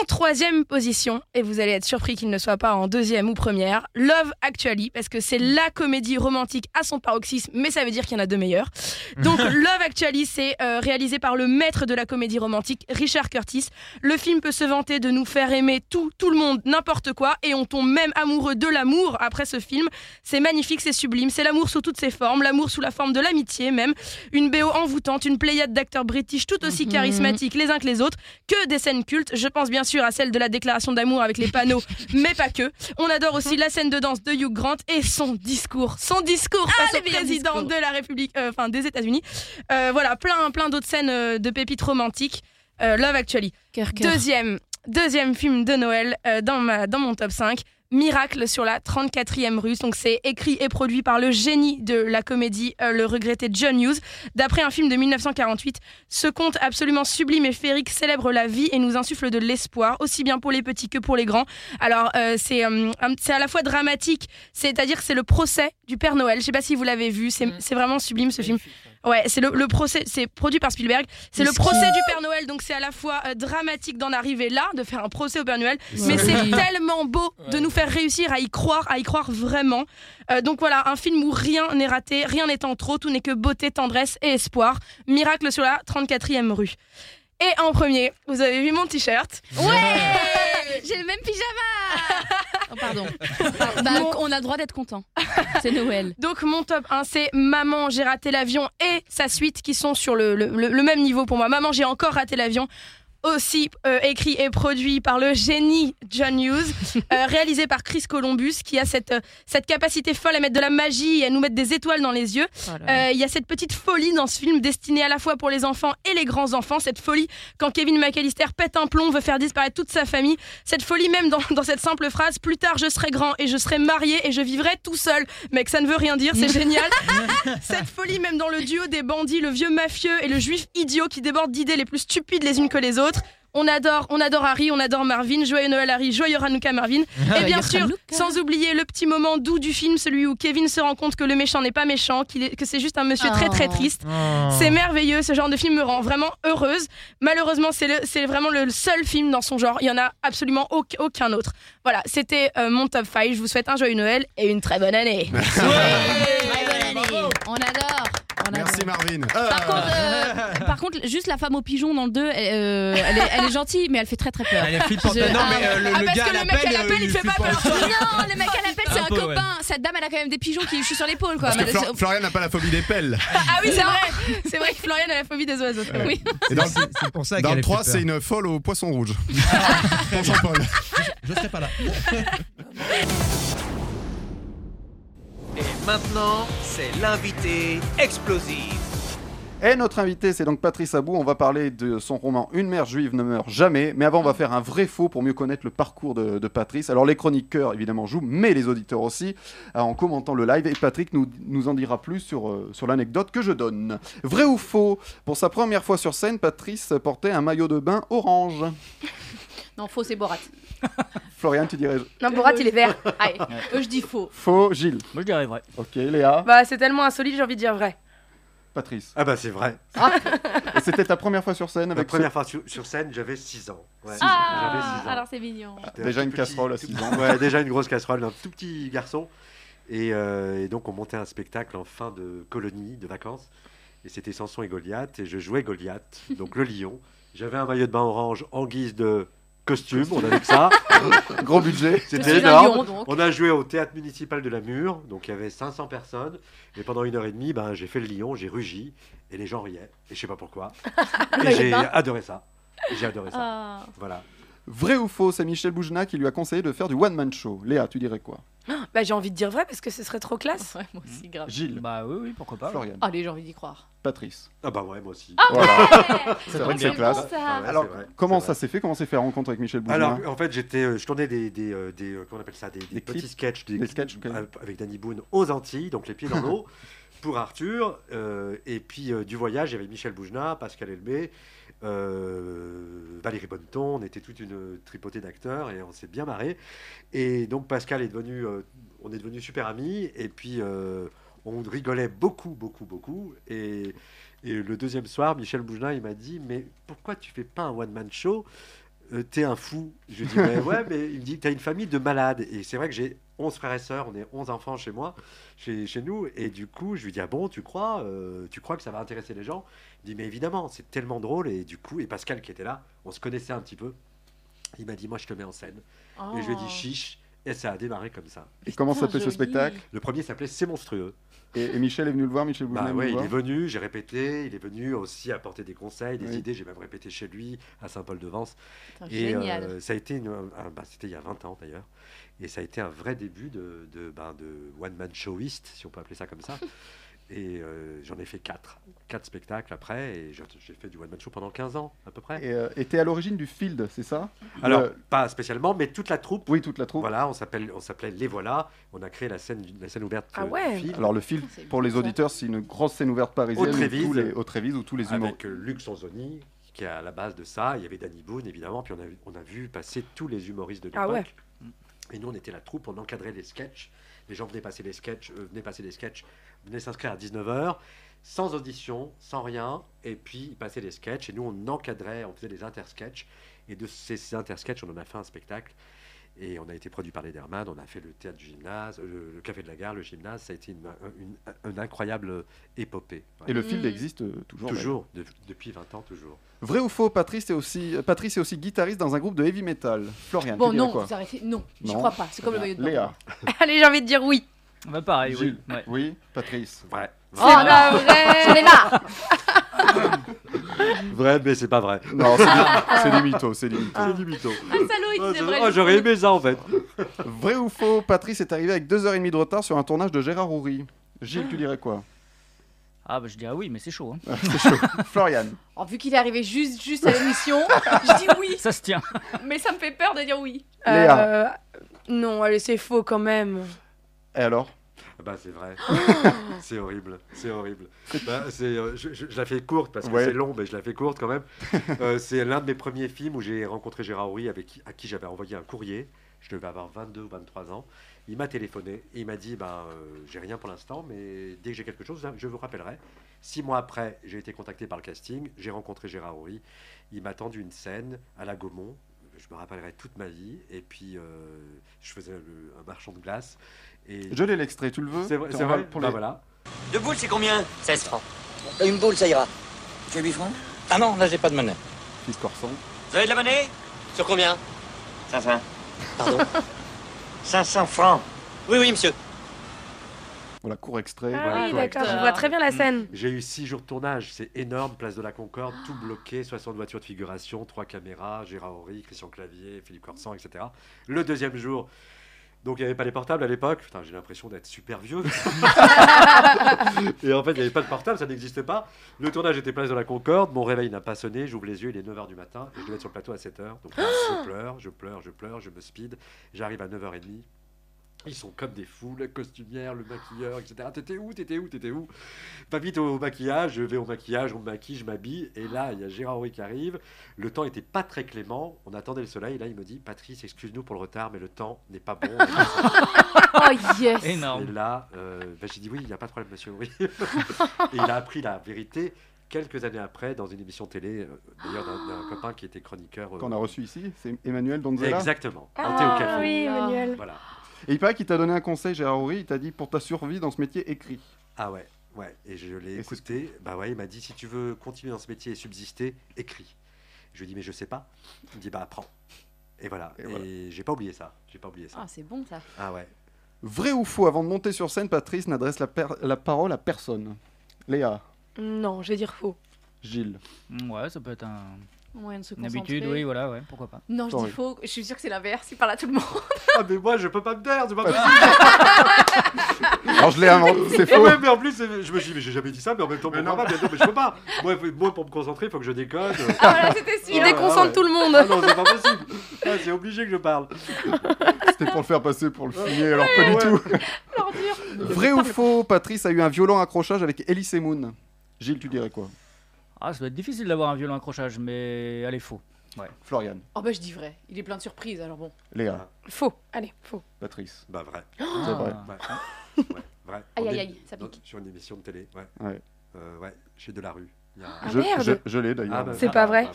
En troisième position, et vous allez être surpris qu'il ne soit pas en deuxième ou première, Love Actually, parce que c'est la comédie romantique à son paroxysme, mais ça veut dire qu'il y en a deux meilleurs. Donc Love Actually, c'est euh, réalisé par le maître de la comédie romantique, Richard Curtis. Le film peut se vanter de nous faire aimer tout, tout le monde, n'importe quoi, et on tombe même amoureux de l'amour après ce film. C'est magnifique, c'est sublime, c'est l'amour sous toutes ses formes, l'amour sous la forme de l'amitié même, une BO envoûtante, une pléiade d'acteurs british tout aussi charismatiques Mhm. charismatiques les uns que les autres, que des scènes cultes. Je pense bien sûr à celle de la déclaration d'amour avec les *laughs* panneaux, mais pas que. On adore aussi la scène de danse de Hugh Grant et son discours. Son discours Ah, face le au meilleur président discours. de la République, euh, enfin des États-Unis. Euh, voilà, plein, plein d'autres scènes euh, de pépites romantiques. Euh, Love Actually. cœur. Deuxième, deuxième film de Noël euh, dans, ma, dans mon top 5. Miracle sur la 34e rue. Donc, c'est écrit et produit par le génie de la comédie, euh, le regretté John Hughes. D'après un film de 1948, ce conte absolument sublime et féerique célèbre la vie et nous insuffle de l'espoir, aussi bien pour les petits que pour les grands. Alors, euh, c'est euh, un- c'est à la fois dramatique, c'est-à-dire que c'est le procès du Père Noël. Je sais pas si vous l'avez vu, c'est c'est vraiment sublime ce film. Ouais, c'est le, le procès, c'est produit par Spielberg. C'est le Miski. procès du *laughs* Père Noël, donc c'est à la fois euh, dramatique d'en arriver là, de faire un procès au Père Noël, Ouais. mais c'est Oui. tellement beau de nous faire réussir à y croire, à y croire vraiment. Euh, donc voilà, un film où rien n'est raté, rien n'est en trop, tout n'est que beauté, tendresse et espoir. Miracle sur la 34e rue. Et en premier, vous avez vu mon t-shirt. *laughs* Ouais J'ai le même pyjama Oh, Pardon. Bah, On a le droit d'être content. C'est Noël. *laughs* Donc mon top 1 c'est Maman j'ai raté l'avion et sa suite qui sont sur le, le- le- le même niveau pour moi. Maman j'ai encore raté l'avion. Aussi euh, écrit et produit par le génie John *laughs* Hughes, euh, réalisé par Chris Columbus, qui a cette, euh, cette capacité folle à mettre de la magie et à nous mettre des étoiles dans les yeux. Oh là Euh, là. euh, il y a cette petite folie dans ce film destiné à la fois pour les enfants et les grands-enfants. Cette folie quand Kevin McAllister pète un plomb, veut faire disparaître toute sa famille. Cette folie même dans, dans cette simple phrase Plus tard, je serai grand et je serai marié et je vivrai tout seul. Mec, ça ne veut rien dire, c'est génial. *laughs* cette folie même dans le duo des bandits, le vieux mafieux et le juif idiot qui déborde d'idées les plus stupides les unes que les autres. On adore, on adore Harry, on adore Marvin. Joyeux Noël Harry, joyeux Hanouka Marvin. Et bien *laughs* Joyeux sûr, Hanouka. sans oublier le petit moment doux du film, celui où Kevin se rend compte que le méchant n'est pas méchant, qu'il est- que c'est juste un monsieur très très Oh. triste. Oh. C'est merveilleux, ce genre de film me rend vraiment heureuse. Malheureusement, c'est le- c'est vraiment le seul film dans son genre. Il y en a absolument au- aucun autre. Voilà, c'était euh, mon top 5. Je vous souhaite un joyeux Noël et une très bonne année. Eh ben, On adore. On adore. Merci Marvin. Par contre, Ah. euh, par contre, juste la femme au pigeon dans le 2, elle, euh, elle est, elle est gentille, mais elle fait très très peur. Elle est flippante. Je- Non, ah, mais, euh, le- Ah, le parce gars que à le mec l'appel, à l'appel, euh, il il fait pas flippante. peur. Non, le mec à l'appel, c'est Un un peu, ouais. copain. Cette dame, elle a quand même des pigeons qui lui chutent sur l'épaule, quoi. Parce que Mais- Flor- Florian n'a pas la phobie des pelles. Ah oui, c'est vrai. C'est vrai que Florian a la phobie des oiseaux. Oui. Et dans, C'est pour ça dans qu'elle le est 3, flippeur. c'est une folle au poisson *laughs* rouge. Pour Jean-Paul. Je serai *laughs* pas là. Et maintenant, c'est l'invité explosif. Et notre invité, c'est donc Patrice Abou. On va parler de son roman Une mère juive ne meurt jamais. Mais avant, on va faire un vrai faux pour mieux connaître le parcours de, de Patrice. Alors, les chroniqueurs, évidemment, jouent, mais les auditeurs aussi, euh, en commentant le live. Et Patrick nous, nous en dira plus sur, euh, sur l'anecdote que je donne. Vrai ou faux Pour sa première fois sur scène, Patrice portait un maillot de bain orange. Non, faux, c'est Borat. Florian, tu dirais Non, Borat, il est vert. Aïe. Euh, je dis faux. faux, Gilles Moi, je dirais vrai. Ok, Léa, Bah, c'est tellement insolite, j'ai envie de dire vrai. Patrice. Ah bah c'est vrai. Et c'était ta première fois sur scène La avec ce- première fois sur, sur scène, j'avais 6 ans. Ouais, j'avais Ah, six ans. alors c'est mignon. J'étais un Déjà tout une casserole à tout six petit- ans. Ouais, déjà une grosse casserole d'un tout petit garçon. Et, euh, et donc on montait un spectacle en fin de colonie, de vacances. Et c'était Samson et Goliath. Et je jouais Goliath, donc le lion. J'avais un maillot de bain orange en guise de costume, on avait que ça. *laughs* Gros budget. Je suis C'était un énorme. lion, donc. on a joué au théâtre municipal de la Mure, donc il y avait 500 personnes. Et pendant une heure et demie, ben, j'ai fait le lion, j'ai rugi, et les gens riaient. Et je sais pas pourquoi. Mais et j'ai pas. adoré ça. J'ai adoré ça. Ah. Voilà. Vrai ou faux C'est Michel Boujna qui lui a conseillé de faire du one-man show. Léa, tu dirais quoi Oh, Bah, j'ai envie de dire vrai parce que ce serait trop classe. moi aussi, grave. Gilles Bah oui, oui, pourquoi pas. Florian Allez, Ah, j'ai envie d'y croire. Patrice Ah bah ouais, moi aussi. Ah ouais C'est vrai que c'est C'est bon, classe. ça. Ah ouais, Alors, c'est vrai, comment ça s'est fait Comment s'est fait la rencontre avec Michel Boujna Alors, en fait, j'étais, euh, je tournais des, des, euh, des, euh, comment on appelle ça, des, des Des petits clips sketchs, des, Des clips avec- avec Danny Boone aux Antilles, donc les pieds dans l'eau, pour Arthur, euh, et puis euh, du voyage avec Michel Boujna, Pascal Elbé, euh, Valérie Bonneton, on était toute une tripotée d'acteurs et on s'est bien marré. Et donc Pascal est devenu, euh, on est devenu super amis, et puis euh, on rigolait beaucoup, beaucoup, beaucoup, et et le deuxième soir, Michel Boujna, il m'a dit Mais pourquoi tu fais pas un one-man show Euh, T'es un fou. Je lui ai *laughs* dit Mais Ouais, mais il me dit T'as une famille de malades. Et c'est vrai que j'ai 11 frères et sœurs, on est 11 enfants chez moi, chez, chez nous. Et du coup, je lui dis Ah bon, tu crois euh, Tu crois que ça va intéresser les gens Il me dit Mais évidemment, c'est tellement drôle. Et du coup, et Pascal qui était là, on se connaissait un petit peu. Il m'a dit Moi, je te mets en scène. Et je lui ai Oh. dit Chiche. Et ça a démarré comme ça. Et comment Putain, s'appelait ce joli. spectacle Le premier s'appelait C'est monstrueux. et, et Michel est venu le voir, Michel Boujna Bah est venu ouais, le il voir. est venu, j'ai répété, il est venu aussi apporter des conseils, des Oui. idées, j'ai même répété chez lui, à Saint-Paul-de-Vence. Putain, Et génial. euh, ça a été, une- un- bah, c'était il y a 20 ans d'ailleurs, et ça a été un vrai début de, de, bah, de one-man showiste, si on peut appeler ça comme ça. Et euh, j'en ai fait 4, 4 spectacles après, et j'ai j'ai fait du one-man show pendant 15 ans à peu près. Et euh, et t'es à l'origine du Field, c'est ça Alors, Le- pas spécialement, mais toute la troupe. Oui, toute la troupe. Voilà, on s'appelle, on s'appelait Les Voilà. On a créé la scène, du- la scène ouverte. Ah euh, du ouais. film. Alors le Field, pour les auditeurs, c'est une grosse scène ouverte parisienne Au où Trévise. tous les, au Trévise où tous les humoristes. Avec euh, Luc Sanzoni, qui est à la base de ça. Il y avait Danny Boone, évidemment. Puis on a, vu- on a vu passer tous les humoristes de l'époque. Ah ouais. Et nous, on était la troupe, on encadrait les sketchs. Les gens venaient passer les sketchs, euh, venaient passer les sketchs, venaient s'inscrire à 19h, sans audition, sans rien. Et puis, ils passaient les sketchs. Et nous, on encadrait, on faisait des intersketchs. Et de ces, ces intersketchs, on en a fait un spectacle. Et on a été produit par les Dermades, on a fait le théâtre du gymnase, euh, le, le café de la gare, le gymnase. Ça a été une, une- une incroyable épopée. Et le Field existe euh, toujours. Toujours, de- depuis 20 ans, toujours. d'ailleurs. Vrai ou faux Patrice est aussi euh, Patrice est aussi guitariste dans un groupe de heavy metal. Florian, Bon, tu dirais non, quoi vous arrêtez. Non, j'y Non. crois pas. C'est comme le maillot de bain. Léa, *laughs* Allez, j'ai envie de dire oui. *laughs* Bah pareil, oui. Gilles, oui, Patrice. Ouais. Oh, C'est pas vrai. J'en *laughs* ai *laughs* marre. Vrai, mais c'est pas vrai. Non, c'est du- c'est du mytho, c'est du mytho. *laughs* C'est du mytho. Ah, salaud, il Oh, disait c'est- vrai. oh, le j'aurais premier. aimé ça en fait. Vrai ou faux Patrice est arrivé avec 2h30 de retard sur un tournage de Gérard Houry. Gilles, tu dirais *gasps* quoi Ah bah je dis ah oui, mais c'est chaud. *laughs* Hein. C'est chaud. Florian. Oh, vu qu'il est arrivé juste, juste à l'émission, *laughs* je dis oui. Ça se tient. Mais ça me fait peur de dire oui. Léa. Euh, non, allez, c'est faux quand même. Et alors Bah, c'est vrai. *laughs* c'est horrible. C'est horrible. Bah, c'est, euh, je, je- je la fais courte parce que Ouais. c'est long, mais je la fais courte quand même. *laughs* Euh, c'est l'un de mes premiers films où j'ai rencontré Gérard Horry, avec qui- à qui j'avais envoyé un courrier. Je devais avoir 22 ou 23 ans. Il m'a téléphoné et il m'a dit bah, euh, J'ai rien pour l'instant, mais dès que j'ai quelque chose, hein, je vous rappellerai. Six mois après, j'ai été contacté par le casting. J'ai rencontré Gérard Horry. Il m'a tendu une scène à la Gaumont je me rappellerai toute ma vie. Et puis, euh, je faisais le- un marchand de glace. Et Je l'ai l'extrait, tu le veux C'est vrai, Tiens, c'est on va vrai. pour Bah les- voilà. Deux boules, c'est combien 16 francs. *laughs* Une boule, ça ira. Tu as 8 francs Ah non, là, j'ai pas de monnaie. Fils Corson. Vous avez de la monnaie Sur combien 500. *laughs* Pardon *laughs* 500 francs. Oui, oui, monsieur. Voilà, court extrait. Ah Voilà, oui, correct. d'accord, je vois très bien la scène. J'ai eu six jours de tournage, c'est énorme. Place de la Concorde, tout bloqué, 60 voitures de figuration, trois caméras, Gérard Horry, Christian Clavier, Philippe Corsan, etc. Le deuxième jour, donc il n'y avait pas les portables à l'époque. Putain, j'ai l'impression d'être *laughs* super vieux. Et en fait, il n'y avait pas de portable, ça n'existait pas. Le tournage était place de la Concorde, mon réveil n'a pas sonné, j'ouvre les yeux, il est 9h du matin, et je devais être sur le plateau à 7h. Donc là, *gasps* je pleure, je pleure, je pleure, je me speed. J'arrive à 9h30, ils sont comme des fous, la costumière, le maquilleur, etc. T'étais où T'étais où T'étais où Pas vite au maquillage, je vais au maquillage, on me maquille, je m'habille. Et là, il y a Gérard Horry qui arrive. Le temps était pas très clément. On attendait le soleil. Et là, il me dit Patrice, excuse-nous pour le retard, mais le temps n'est pas bon. on est pas *laughs* Oh, yes. Et Énorme. là, euh, bah, j'ai dit Oui, il n'y a pas de problème, monsieur Horry. *laughs* et il a appris la vérité quelques années après dans une émission télé, euh, d'ailleurs d'un d'un copain qui était chroniqueur. euh, Qu'on a reçu ici, c'est Emmanuel Donzella. Exactement. Ah, Un thé au Ah café. Voilà. Et il paraît qu'il t'a donné un conseil, Gérard Horry, il t'a dit pour ta survie dans ce métier, écris. Ah ouais, ouais. Et je l'ai écouté. Bah ouais, il m'a dit si tu veux continuer dans ce métier et subsister, écris. Je lui ai dit mais je sais pas. Il me dit bah apprends. Et voilà. Et, j'ai pas oublié ça. J'ai pas oublié ça. Ah, c'est bon ça. Ah ouais. Vrai ou faux, avant de monter sur scène, Patrice n'adresse la, per- la parole à personne. Léa, Non, je vais dire faux. Gilles. Mm, Ouais, ça peut être un. Moyen de se Une concentrer. habitude, oui, voilà, ouais, pourquoi pas. Non, je dis faux. Je suis sûre que c'est l'inverse. Il parle à tout le monde. *laughs* Ah mais moi je peux pas me taire, c'est pas possible. Ah. *laughs* Alors je l'ai inventé, c'est faux. Ouais, mais en plus, c'est- je me suis dit, mais j'ai jamais dit ça, mais en même temps, pourquoi pas, mais non, mais je peux pas. Moi, faut- moi, pour me concentrer, il faut que je déconne. Ah, voilà, c'était sûr. Il déconcentre tout le monde. Ah non, c'est pas possible. Ah, c'est obligé que je parle. C'était pour le faire passer pour le fumier, alors pas du *laughs* tout. Vrai ou faux, Patrice a eu un violent accrochage avec Elise Moon. Gilles, tu dirais quoi Ah, ça va être difficile d'avoir un violent accrochage, mais allez, faux. Ouais. Florian, Oh bah je dis vrai, il est plein de surprises alors bon. Léa, Faux, allez, faux. Patrice. Bah vrai. C'est vrai. Ouais. Ouais, vrai. Aïe, On aïe, est aïe, ça dans- pique. Sur une émission de télé, ouais. Ouais. Euh, ouais, chez Delarue. Il y a- Ah, Je- merde. je- je l'ai, d'ailleurs. bah, C'est pas vrai.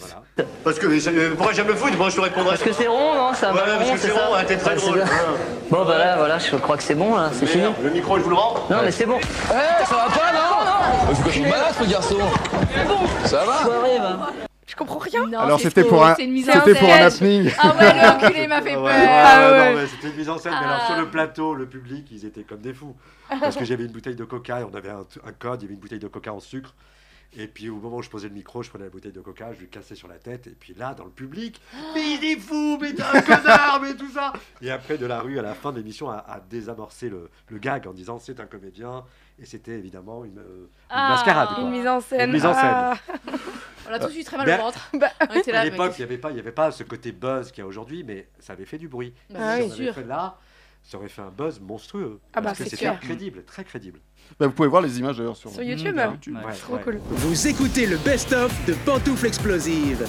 Parce que euh, moi j'aime le foot, moi je te répondrai. Parce que c'est rond, non C'est un Ouais, ballon, parce que c'est ça rond, hein, t'es très Ouais, c'est drôle, bien. hein. Bon, bah là, voilà, je crois que c'est bon, là, c'est fini. Le micro, je vous le rends Non, mais c'est bon. Eh, ça va pas, Oh, non Pourquoi assim, tu me é balances, le garçon Ça va Je comprends rien. Alors, c'était pour un- c'était pour un happening. Ah ouais, *laughs* le enculé m'a Ouais, fait peur. ouais, Ah ouais, ouais. non, mais C'était une mise en scène, mais alors sur le plateau, le public, ils étaient comme des fous. Parce que j'avais une bouteille de coca et on avait un, un code, il y avait une bouteille de coca en sucre. Et puis au moment où je posais le micro, je prenais la bouteille de coca, je lui cassais sur la tête. Et puis là, dans le public, mais il est fou, mais t'es un connard, mais tout ça. Et après, de la rue, à la fin de l'émission, a, a désamorcé le, le gag en disant c'est un comédien. Et c'était évidemment une, euh, une Ah, mascarade. quoi. une mise en scène. Une mise en scène. Ah. On a tous eu très mal Mais au à- *laughs* ventre. Bah. On était là, à mec. l'époque, il n'y avait, pas- il y avait pas ce côté buzz qu'il y a aujourd'hui, mais ça avait fait du bruit. Bah si oui, on sûr. avait fait là, ça aurait fait un buzz monstrueux. Ah bah, parce c'est que c'était clair. crédible, très crédible. Bah, vous pouvez voir les images d'ailleurs sur, Sur YouTube bah. Ouais, Trop ouais. cool. Vous écoutez le best-of de Pantoufles Explosives.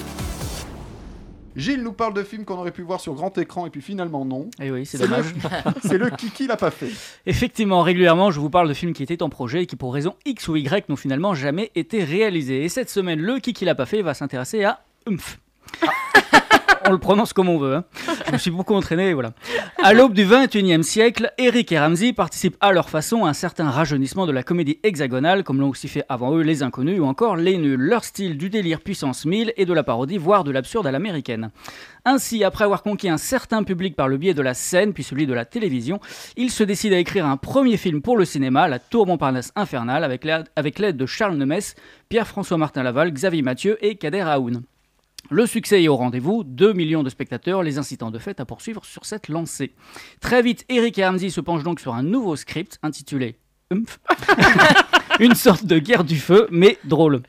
Gilles nous parle de films qu'on aurait pu voir sur grand écran et puis finalement non. Et Eh oui, c'est le- dommage. *laughs* C'est le Kiki l'a pas fait. Effectivement, régulièrement, je vous parle de films qui étaient en projet et qui, pour raison X ou Y, n'ont finalement jamais été réalisés. Et cette semaine, le qui qui l'a pas fait va s'intéresser à Humph. On le prononce comme on veut. hein. Je me suis beaucoup entraîné, et voilà. À l'aube du 21e siècle, Eric et Ramsey participent à leur façon à un certain rajeunissement de la comédie hexagonale, comme l'ont aussi fait avant eux Les Inconnus ou encore Les Nuls. Leur style du délire puissance 1000 et de la parodie, voire de l'absurde à l'américaine. Ainsi, après avoir conquis un certain public par le biais de la scène, puis celui de la télévision, ils se décident à écrire un premier film pour le cinéma, La Tour Montparnasse Infernale, avec la- avec l'aide de Charles Nemès, Pierre-François Martin Laval, Xavier Mathieu et Kader Aoun. Le succès est au rendez-vous, 2 millions de spectateurs les incitant de fait à poursuivre sur cette lancée. Très vite, Eric et Ramsey se penchent donc sur un nouveau *laughs* script intitulé Humph. Une sorte de guerre du feu, mais drôle.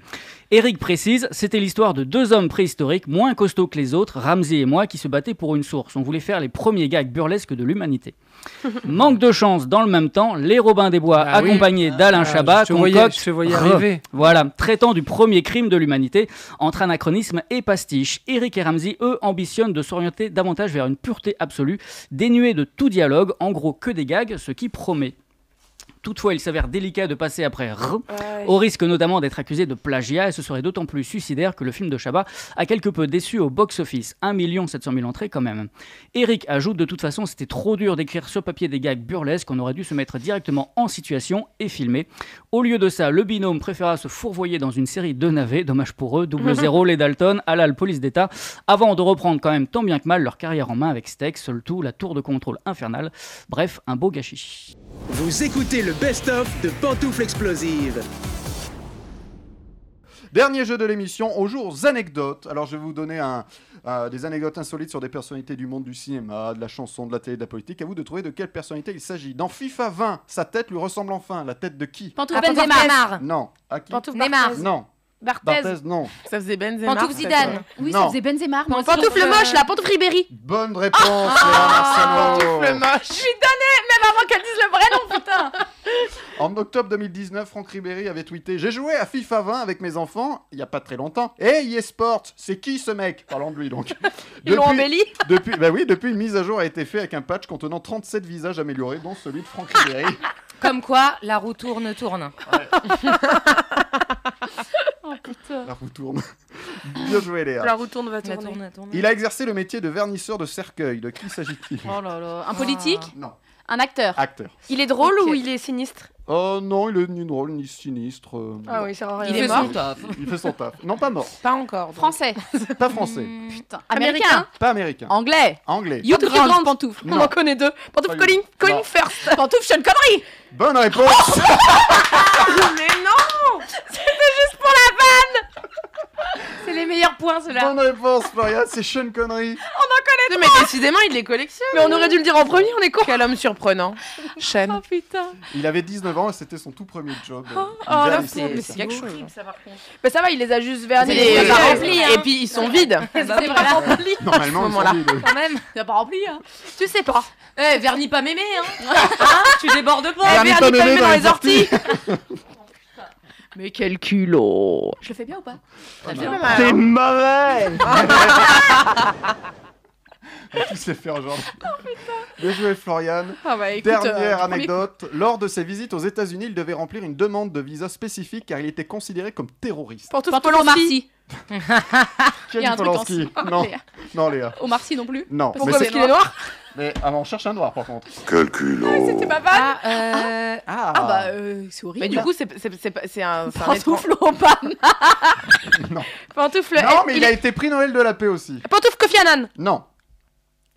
Eric précise, c'était l'histoire de deux hommes préhistoriques moins costauds que les autres, Ramsey et moi, qui se battaient pour une source. On voulait faire les premiers gags burlesques de l'humanité. Manque de chance, dans le même temps, les Robins des Bois, Ah oui. accompagnés d'Alain Ah, Chabat, je te voyais- concoctent- je te voyais Re- arriver. Voilà, traitant du premier crime de l'humanité, entre anachronisme et pastiche. Eric et Ramsey, eux, ambitionnent de s'orienter davantage vers une pureté absolue, dénuée de tout dialogue, en gros que des gags, ce qui promet. Toutefois, il s'avère délicat de passer après R, au risque notamment d'être accusé de plagiat, et ce serait d'autant plus suicidaire que le film de Chabat a quelque peu déçu au box-office. 1 700 000 entrées quand même. Eric ajoute de toute façon, c'était trop dur d'écrire sur papier des gags burlesques, on aurait dû se mettre directement en situation et filmer. Au lieu de ça, le binôme préféra se fourvoyer dans une série de navets, dommage pour eux, double zéro, les Dalton, halal, police d'État, avant de reprendre quand même tant bien que mal leur carrière en main avec Steak, Seul Tout, la tour de contrôle infernale. Bref, un beau gâchis. Vous écoutez le best-of de Pantoufles Explosives. Dernier jeu de l'émission, on joue aux anecdotes. Alors, je vais vous donner un, euh, des anecdotes insolites sur des personnalités du monde du cinéma, de la chanson, de la télé, de la politique. À vous de trouver de quelle personnalité il s'agit. Dans FIFA 20, sa tête lui ressemble enfin. La tête de qui Pantouf Ah, Benzema. Pantouf Neymar. Non. À qui Pantouf Neymar. Barthez. Non. Barthez. non. Ça faisait Benzema. Pantouf peut-être, Zidane. ouais. Oui, ça Non. faisait Benzema. Non, pantoufle euh, euh, moche, là, pantoufle Ribéry. Ah, Bonne réponse, Ah, Léa Marcello. pantoufle moche. Je suis donnée, même avant qu'elle dise le vrai nom, putain. En octobre 2019, Franck Ribéry avait tweeté J'ai joué à FIFA 20 avec mes enfants il n'y a pas très longtemps. Hey, eSport, c'est qui ce mec Parlant de *laughs* lui donc. Ils l'ont Depuis- embelli *laughs* depuis, bah oui, depuis une mise à jour a été faite avec un patch contenant 37 visages améliorés, dont celui de Franck Ribéry. *laughs* Comme quoi, la roue tourne, tourne. Oh putain. *laughs* La roue tourne. *laughs* Bien joué, Léa. La roue tourne va tourner. Il a exercé le métier de vernisseur de cercueil. De qui s'agit-il Oh là là. Un politique Ah, Non. Un acteur *laughs* Acteur. Il est drôle ou il est sinistre Oh non, il est ni drôle ni sinistre. euh, Ah oui, ça sert à rien. Il est mort Il fait son taf. Non, pas mort. Pas encore. *laughs* Français. Hmm, Pas français. Putain. Américain. Américain. Pas américain. Anglais. Anglais. Hugh Grant. Pantouf. Non. On en connaît deux. Pantouf Pas Colin- Hugh. Colin Non. First. Pantouf Sean Connery. Oh Bonne *laughs* réponse Mais non C'était juste pour la vanne *laughs* C'est les meilleurs points, ceux-là. Bonne réponse, Florian, c'est Sean On Connery. en connaît Mais décidément, il les collectionne. Mais on aurait dû le dire en premier, on est con. Quel homme *laughs* surprenant. Sean. Oh putain. Il avait 19 ans et c'était son tout premier job. Oh, Il là, vernissait c'est- des mais c'est cercueils. quelque chose. ça, par contre. Mais ça va, il les a juste vernis. Il les Il a les a remplis, remplis, hein. Et puis ils sont vides. *laughs* C'est C'est pas vrai. rempli. Bah Normalement, à ce ils sont moment-là. vides. Quand *laughs* même. T'as pas rempli, hein Tu sais pas. Eh, vernis pas mémé, hein. Tu débordes pas. Vernis pas mémé dans les orties. Mais quel culot. Je le fais bien ou pas hein. Très bien. T'es hein. *laughs* mauvais On va tous les faire aujourd'hui. Bien joué, Florian. Ah bah, écoute, Dernière euh, anecdote. Lors de ses visites aux États-Unis, il devait remplir une demande de visa spécifique car il était considéré comme terroriste. Pantouf Pantouf Polanski. Ken Il y a un truc en Polanski. *laughs* soi. *laughs* Oh, Non. Léa. non, Léa. Omar Sy non plus Non. Parce mais que c'est- c'est noir. Mais ah, mais on cherche un noir par *laughs* contre. Quel culot C'était ma vanne. Ah, euh... ah. bah euh, c'est horrible. Mais du coup, c'est c'est- c'est pas- c'est un. c'est un Pantoufle étrange- Pantoufle. *laughs* Non, eh, mais il, il a est- été prix Noël de la paix aussi. Pantoufle Kofi Annan. Non.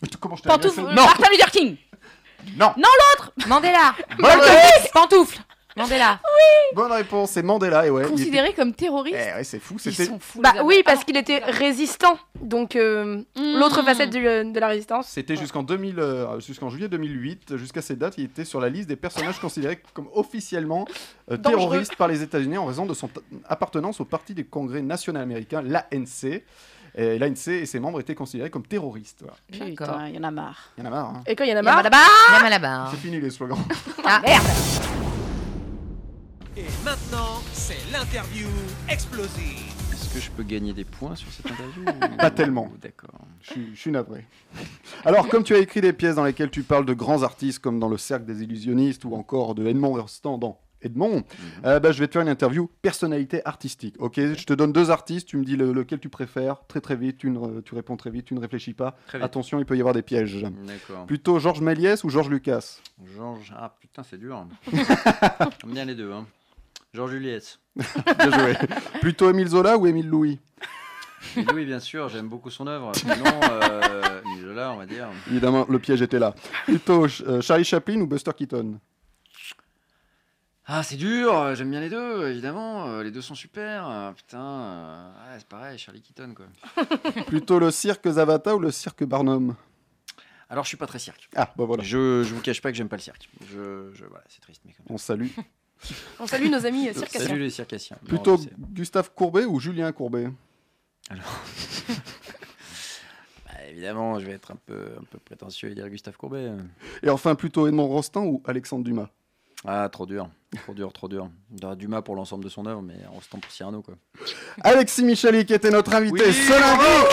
Mais tu- Comment je t'ai Pantoufle agressé euh, Martin Luther King. Non. Non l'autre. Mandela. Bonne réponse. Pantoufle. Mandela. Bonne réponse, c'est Mandela et ouais. il était- Considéré comme terroriste. Eh ouais, c'est fou, c'était. Bah oui, parce qu'il était Ah. résistant. Donc euh, Hmm. l'autre facette du- de la résistance. C'était jusqu'en 2000, euh, jusqu'en juillet 2008, jusqu'à cette date, il était sur la liste des personnages considérés comme officiellement euh, Dangereux. terroristes par les États-Unis en raison de son t- appartenance au Parti du Congrès national américain, l'ANC. Et L'ANC et ses membres étaient considérés comme terroristes. Voilà. Putain, il y en a marre. Il y en a marre. hein. Et quand il y en a marre. C'est fini *laughs* les slogans. Ah, Et maintenant, c'est l'interview explosive. Est-ce que je peux gagner des points sur cette interview *laughs* Oh, Pas tellement. D'accord. Je suis- je suis navré. Alors, comme tu as écrit des pièces dans lesquelles tu parles de grands artistes comme dans le Cercle des Illusionnistes ou encore de Edmond Rostand dans Edmond, Mhm. euh, bah, je vais te faire une interview personnalité artistique. Ok, je te donne deux artistes, tu me dis le- lequel tu préfères très très vite, tu, ne- tu réponds très vite, tu ne réfléchis pas. Très vite. Attention, il peut y avoir des pièges. D'accord. Plutôt Georges Méliès ou Georges Lucas Georges. Ah putain, c'est dur. *laughs* J'aime bien les deux. Hein. Georges Juliès. Bien *laughs* joué. Plutôt Émile Zola ou Émile Louis Et Oui, bien sûr, j'aime beaucoup son œuvre. Non, euh, mais là, on va dire. Évidemment, le piège était là. Plutôt euh, Charlie Chaplin ou Buster *laughs* Keaton Ah, c'est dur, euh, j'aime bien les deux, évidemment. euh, Les deux sont super. euh, Putain, euh, ouais, c'est pareil, Charlie Keaton, quoi. Plutôt le cirque Zavata ou le cirque Barnum Alors, je suis pas très cirque. Ah, bah voilà. Je, je vous cache pas que j'aime pas le cirque. Je, je- voilà, c'est triste, mais comme On salue *laughs* On salue nos amis euh, circassiens. Salut les circassiens. Non, Plutôt c'est- Gustave Courbet ou Julien Courbet bah, évidemment, je vais être un peu, un peu prétentieux et dire Gustave Courbet. Et enfin, plutôt Edmond Rostand ou Alexandre Dumas Ah, trop dur, trop dur, trop dur. Ah, Dumas pour l'ensemble de son œuvre, mais Rostand pour Cyrano, quoi. Alexis Michalik était notre invité ce lundi.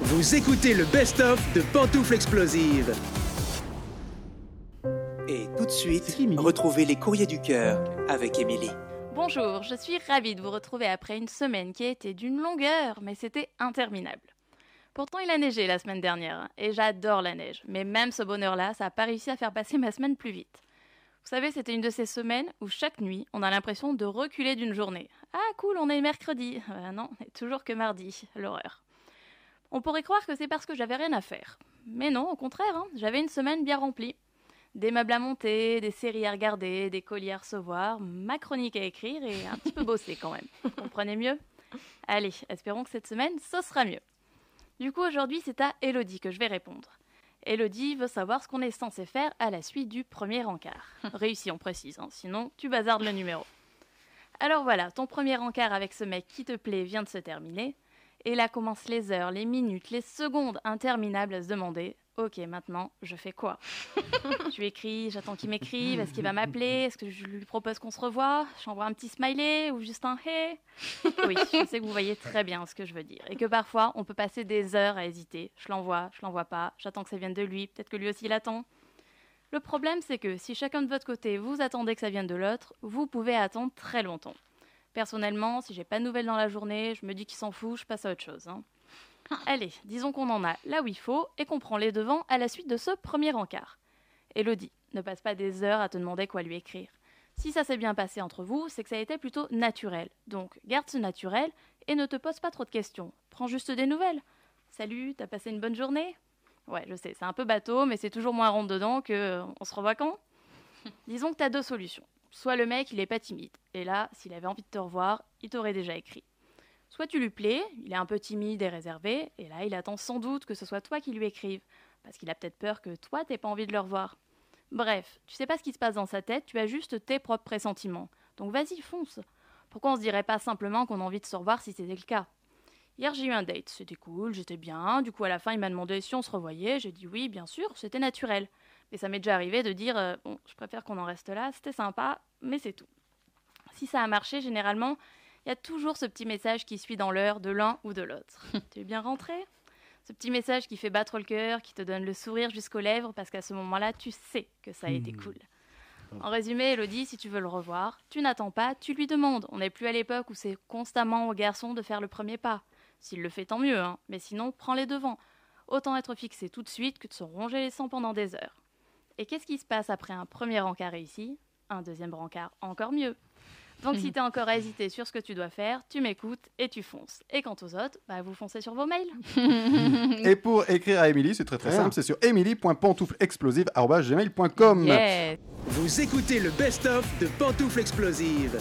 Vous écoutez le best-of de Pantoufles Explosives. Et tout de suite, retrouvez les courriers du cœur avec Émilie. Bonjour, je suis ravie de vous retrouver après une semaine qui a été d'une longueur, mais c'était interminable. Pourtant, il a neigé la semaine dernière, et j'adore la neige, mais même ce bonheur-là, ça n'a pas réussi à faire passer ma semaine plus vite. Vous savez, c'était une de ces semaines où chaque nuit, on a l'impression de reculer d'une journée. Ah cool, on est mercredi. Ah non, on est toujours que mardi, l'horreur. On pourrait croire que c'est parce que j'avais rien à faire. Mais non, au contraire, hein, j'avais une semaine bien remplie. Des meubles à monter, des séries à regarder, des colis à recevoir, ma chronique à écrire et un petit peu bosser quand même. Vous comprenez mieux Allez, espérons que cette semaine, ce sera mieux. Du coup, aujourd'hui, c'est à Elodie que je vais répondre. Elodie veut savoir ce qu'on est censé faire à la suite du premier encart. Réussi, on précise, hein, sinon tu bazardes le numéro. Alors voilà, ton premier encart avec ce mec qui te plaît vient de se terminer. Et là commencent les heures, les minutes, les secondes interminables à se demander Ok, maintenant, je fais quoi *laughs* Tu écris, j'attends qu'il m'écrive, est-ce qu'il va m'appeler Est-ce que je lui propose qu'on se revoie J'envoie un petit smiley ou juste un hey Oui, je sais que vous voyez très bien ce que je veux dire. Et que parfois, on peut passer des heures à hésiter. Je l'envoie, je l'envoie pas, j'attends que ça vienne de lui, peut-être que lui aussi l'attend. Le problème, c'est que si chacun de votre côté vous attendez que ça vienne de l'autre, vous pouvez attendre très longtemps. Personnellement, si j'ai pas de nouvelles dans la journée, je me dis qu'il s'en fout, je passe à autre chose. hein. Allez, disons qu'on en a là où il faut et qu'on prend les devants à la suite de ce premier encart. Elodie, ne passe pas des heures à te demander quoi lui écrire. Si ça s'est bien passé entre vous, c'est que ça a été plutôt naturel. Donc, garde ce naturel et ne te pose pas trop de questions. Prends juste des nouvelles. Salut, t'as passé une bonne journée Ouais, je sais, c'est un peu bateau, mais c'est toujours moins rond dedans que euh, on se revoit quand Disons que t'as deux solutions. Soit le mec, il est pas timide. Et là, s'il avait envie de te revoir, il t'aurait déjà écrit. Soit tu lui plais, il est un peu timide et réservé, et là, il attend sans doute que ce soit toi qui lui écrive, parce qu'il a peut-être peur que toi, t'aies pas envie de le revoir. Bref, tu sais pas ce qui se passe dans sa tête, tu as juste tes propres pressentiments. Donc vas-y, fonce. Pourquoi on se dirait pas simplement qu'on a envie de se revoir si c'était le cas Hier, j'ai eu un date, c'était cool, j'étais bien. Du coup, à la fin, il m'a demandé si on se revoyait. J'ai dit oui, bien sûr, c'était naturel. Mais ça m'est déjà arrivé de dire euh, bon, je préfère qu'on en reste là, c'était sympa, mais c'est tout. Si ça a marché, généralement, il y a toujours ce petit message qui suit dans l'heure de l'un ou de l'autre. tu es bien rentré Ce petit message qui fait battre le cœur, qui te donne le sourire jusqu'aux lèvres, parce qu'à ce moment-là, tu sais que ça a été Mhm. cool. En résumé, Elodie, si tu veux le revoir, tu n'attends pas, tu lui demandes. On n'est plus à l'époque où c'est constamment aux garçons de faire le premier pas. S'il le fait, tant mieux, hein. mais sinon, prends les devants. Autant être fixé tout de suite que de se ronger les sangs pendant des heures. Et qu'est-ce qui se passe après un premier rencard réussi Un deuxième rencard encore mieux. Donc si t'es encore à hésiter sur ce que tu dois faire, tu m'écoutes et tu fonces. Et quant aux autres, bah, vous foncez sur vos mails. Et pour écrire à Émilie, c'est très très Ouais. simple, c'est sur emily.pantouflexplosive.com. Vous écoutez le best-of de Pantoufles Explosives.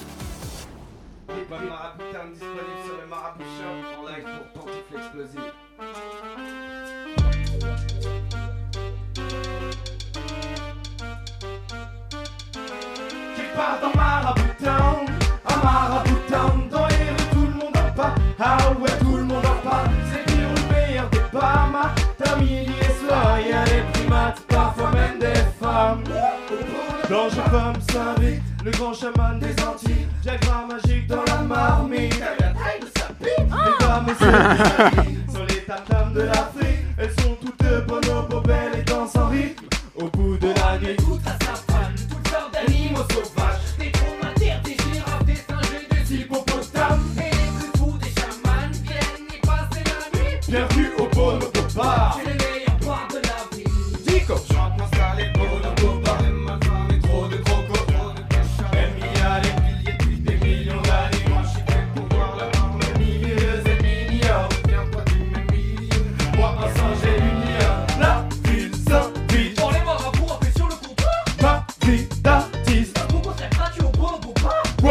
Qui part dans Marabout Town, à Marabout Town, dans les rues tout le monde en pas, ah ouais tout le monde en pas, c'est pire ou le meilleur des Parma, Tamili et soir, y a des primates, parfois même des femmes. Blanche femme s'invite, le grand chaman des Antilles, diagramme magique dans la marmite, les femmes se disent, sur les tam de l'Afrique, elles sont toutes bonobos belles et dansent en rythme, au bout de la nuit, toutes sortes d'animaux sauvages Des dromadaires, des girafes, des singes et des hippopotames Et les plus fous des chamans viennent y passer la nuit Bienvenue au Bonobo Bar C'est le meilleur bar de la ville Dico Chante moi ça les Bonobo Bar Et ma femme est trop de crocos Trop de pêcheurs Même il y a des milliers depuis des millions d'années Moi je suis fait pour voir la harmonie Et les ennemis Viens pas du même milieu Moi un singe et une lionne La ville s'invite On les marabouts appellent sur le comptoir Ma vie d'artiste Pourquoi Ah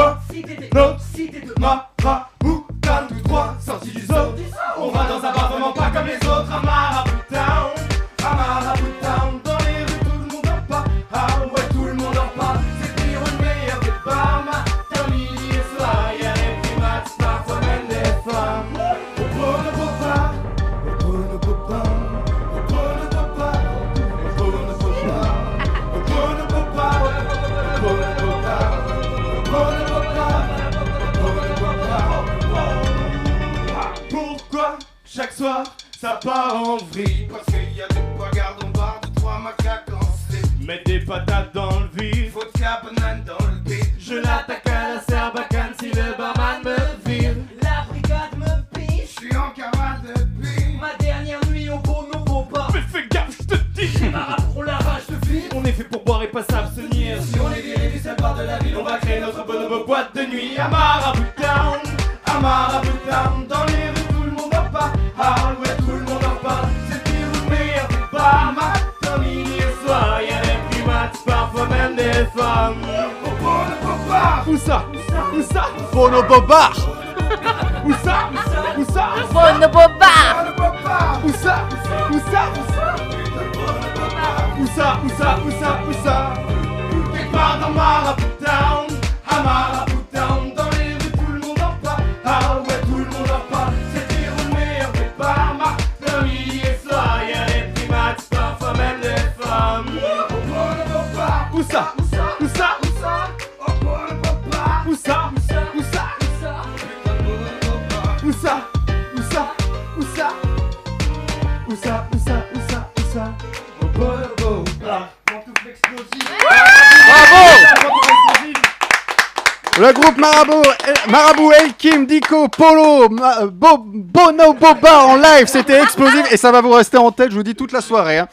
soir, ça part en vrille. Parce qu'il y a deux bagarres en barre de trois macaques en slip. Mets des patates dans le vide, vodka, banane dans le vide. Je l'attaque à la serbacane si le barman me vire. La brigade me piche. Je suis en cavale depuis ma dernière nuit au beau nouveau pas. Mais fais gaffe, je te dis. Pour la rage de vie, On est fait pour boire et pas s'abstenir. si on est viré du seul bar de la ville, On va créer notre bonhomme boîte de nuit à Marabout Town, à Marabout Town. Dans les rues, tout le monde en parle. Ah ouais, tout le monde en parle. C'est pire ou meilleur des femmes. Comme hier soir, y a des primates, parfois même des femmes. Au Bonobobar Où ça Où ça Bonobobar Où ça Où ça Bonobobar Bonobobar Où ça Où ça Où ça Où ça Où ça Où ça Quelque part dans Marabout Town, à Marabout Town, dans les rues tout le monde en parle. Ah ouais, tout le monde en parle. C'est pire ou meilleur des femmes. Comme hier soir, y a les primates, parfois même des femmes. Au Bonobobar Où ça Où ça Où ça Au Bonobobar Où ça Où ça Où ça Où ça Où ça Où ça Où ça Où ça Où ça Au Bonobo Bar. Pantoufle explosive. Bravo Pantoufle explosive. Le groupe Marabout, El- Marabout, El Kim, Dico, Polo, euh, Ma- Bo- Bono, Boba en live, c'était explosif et ça va vous rester en tête, je vous dis, toute la soirée. hein.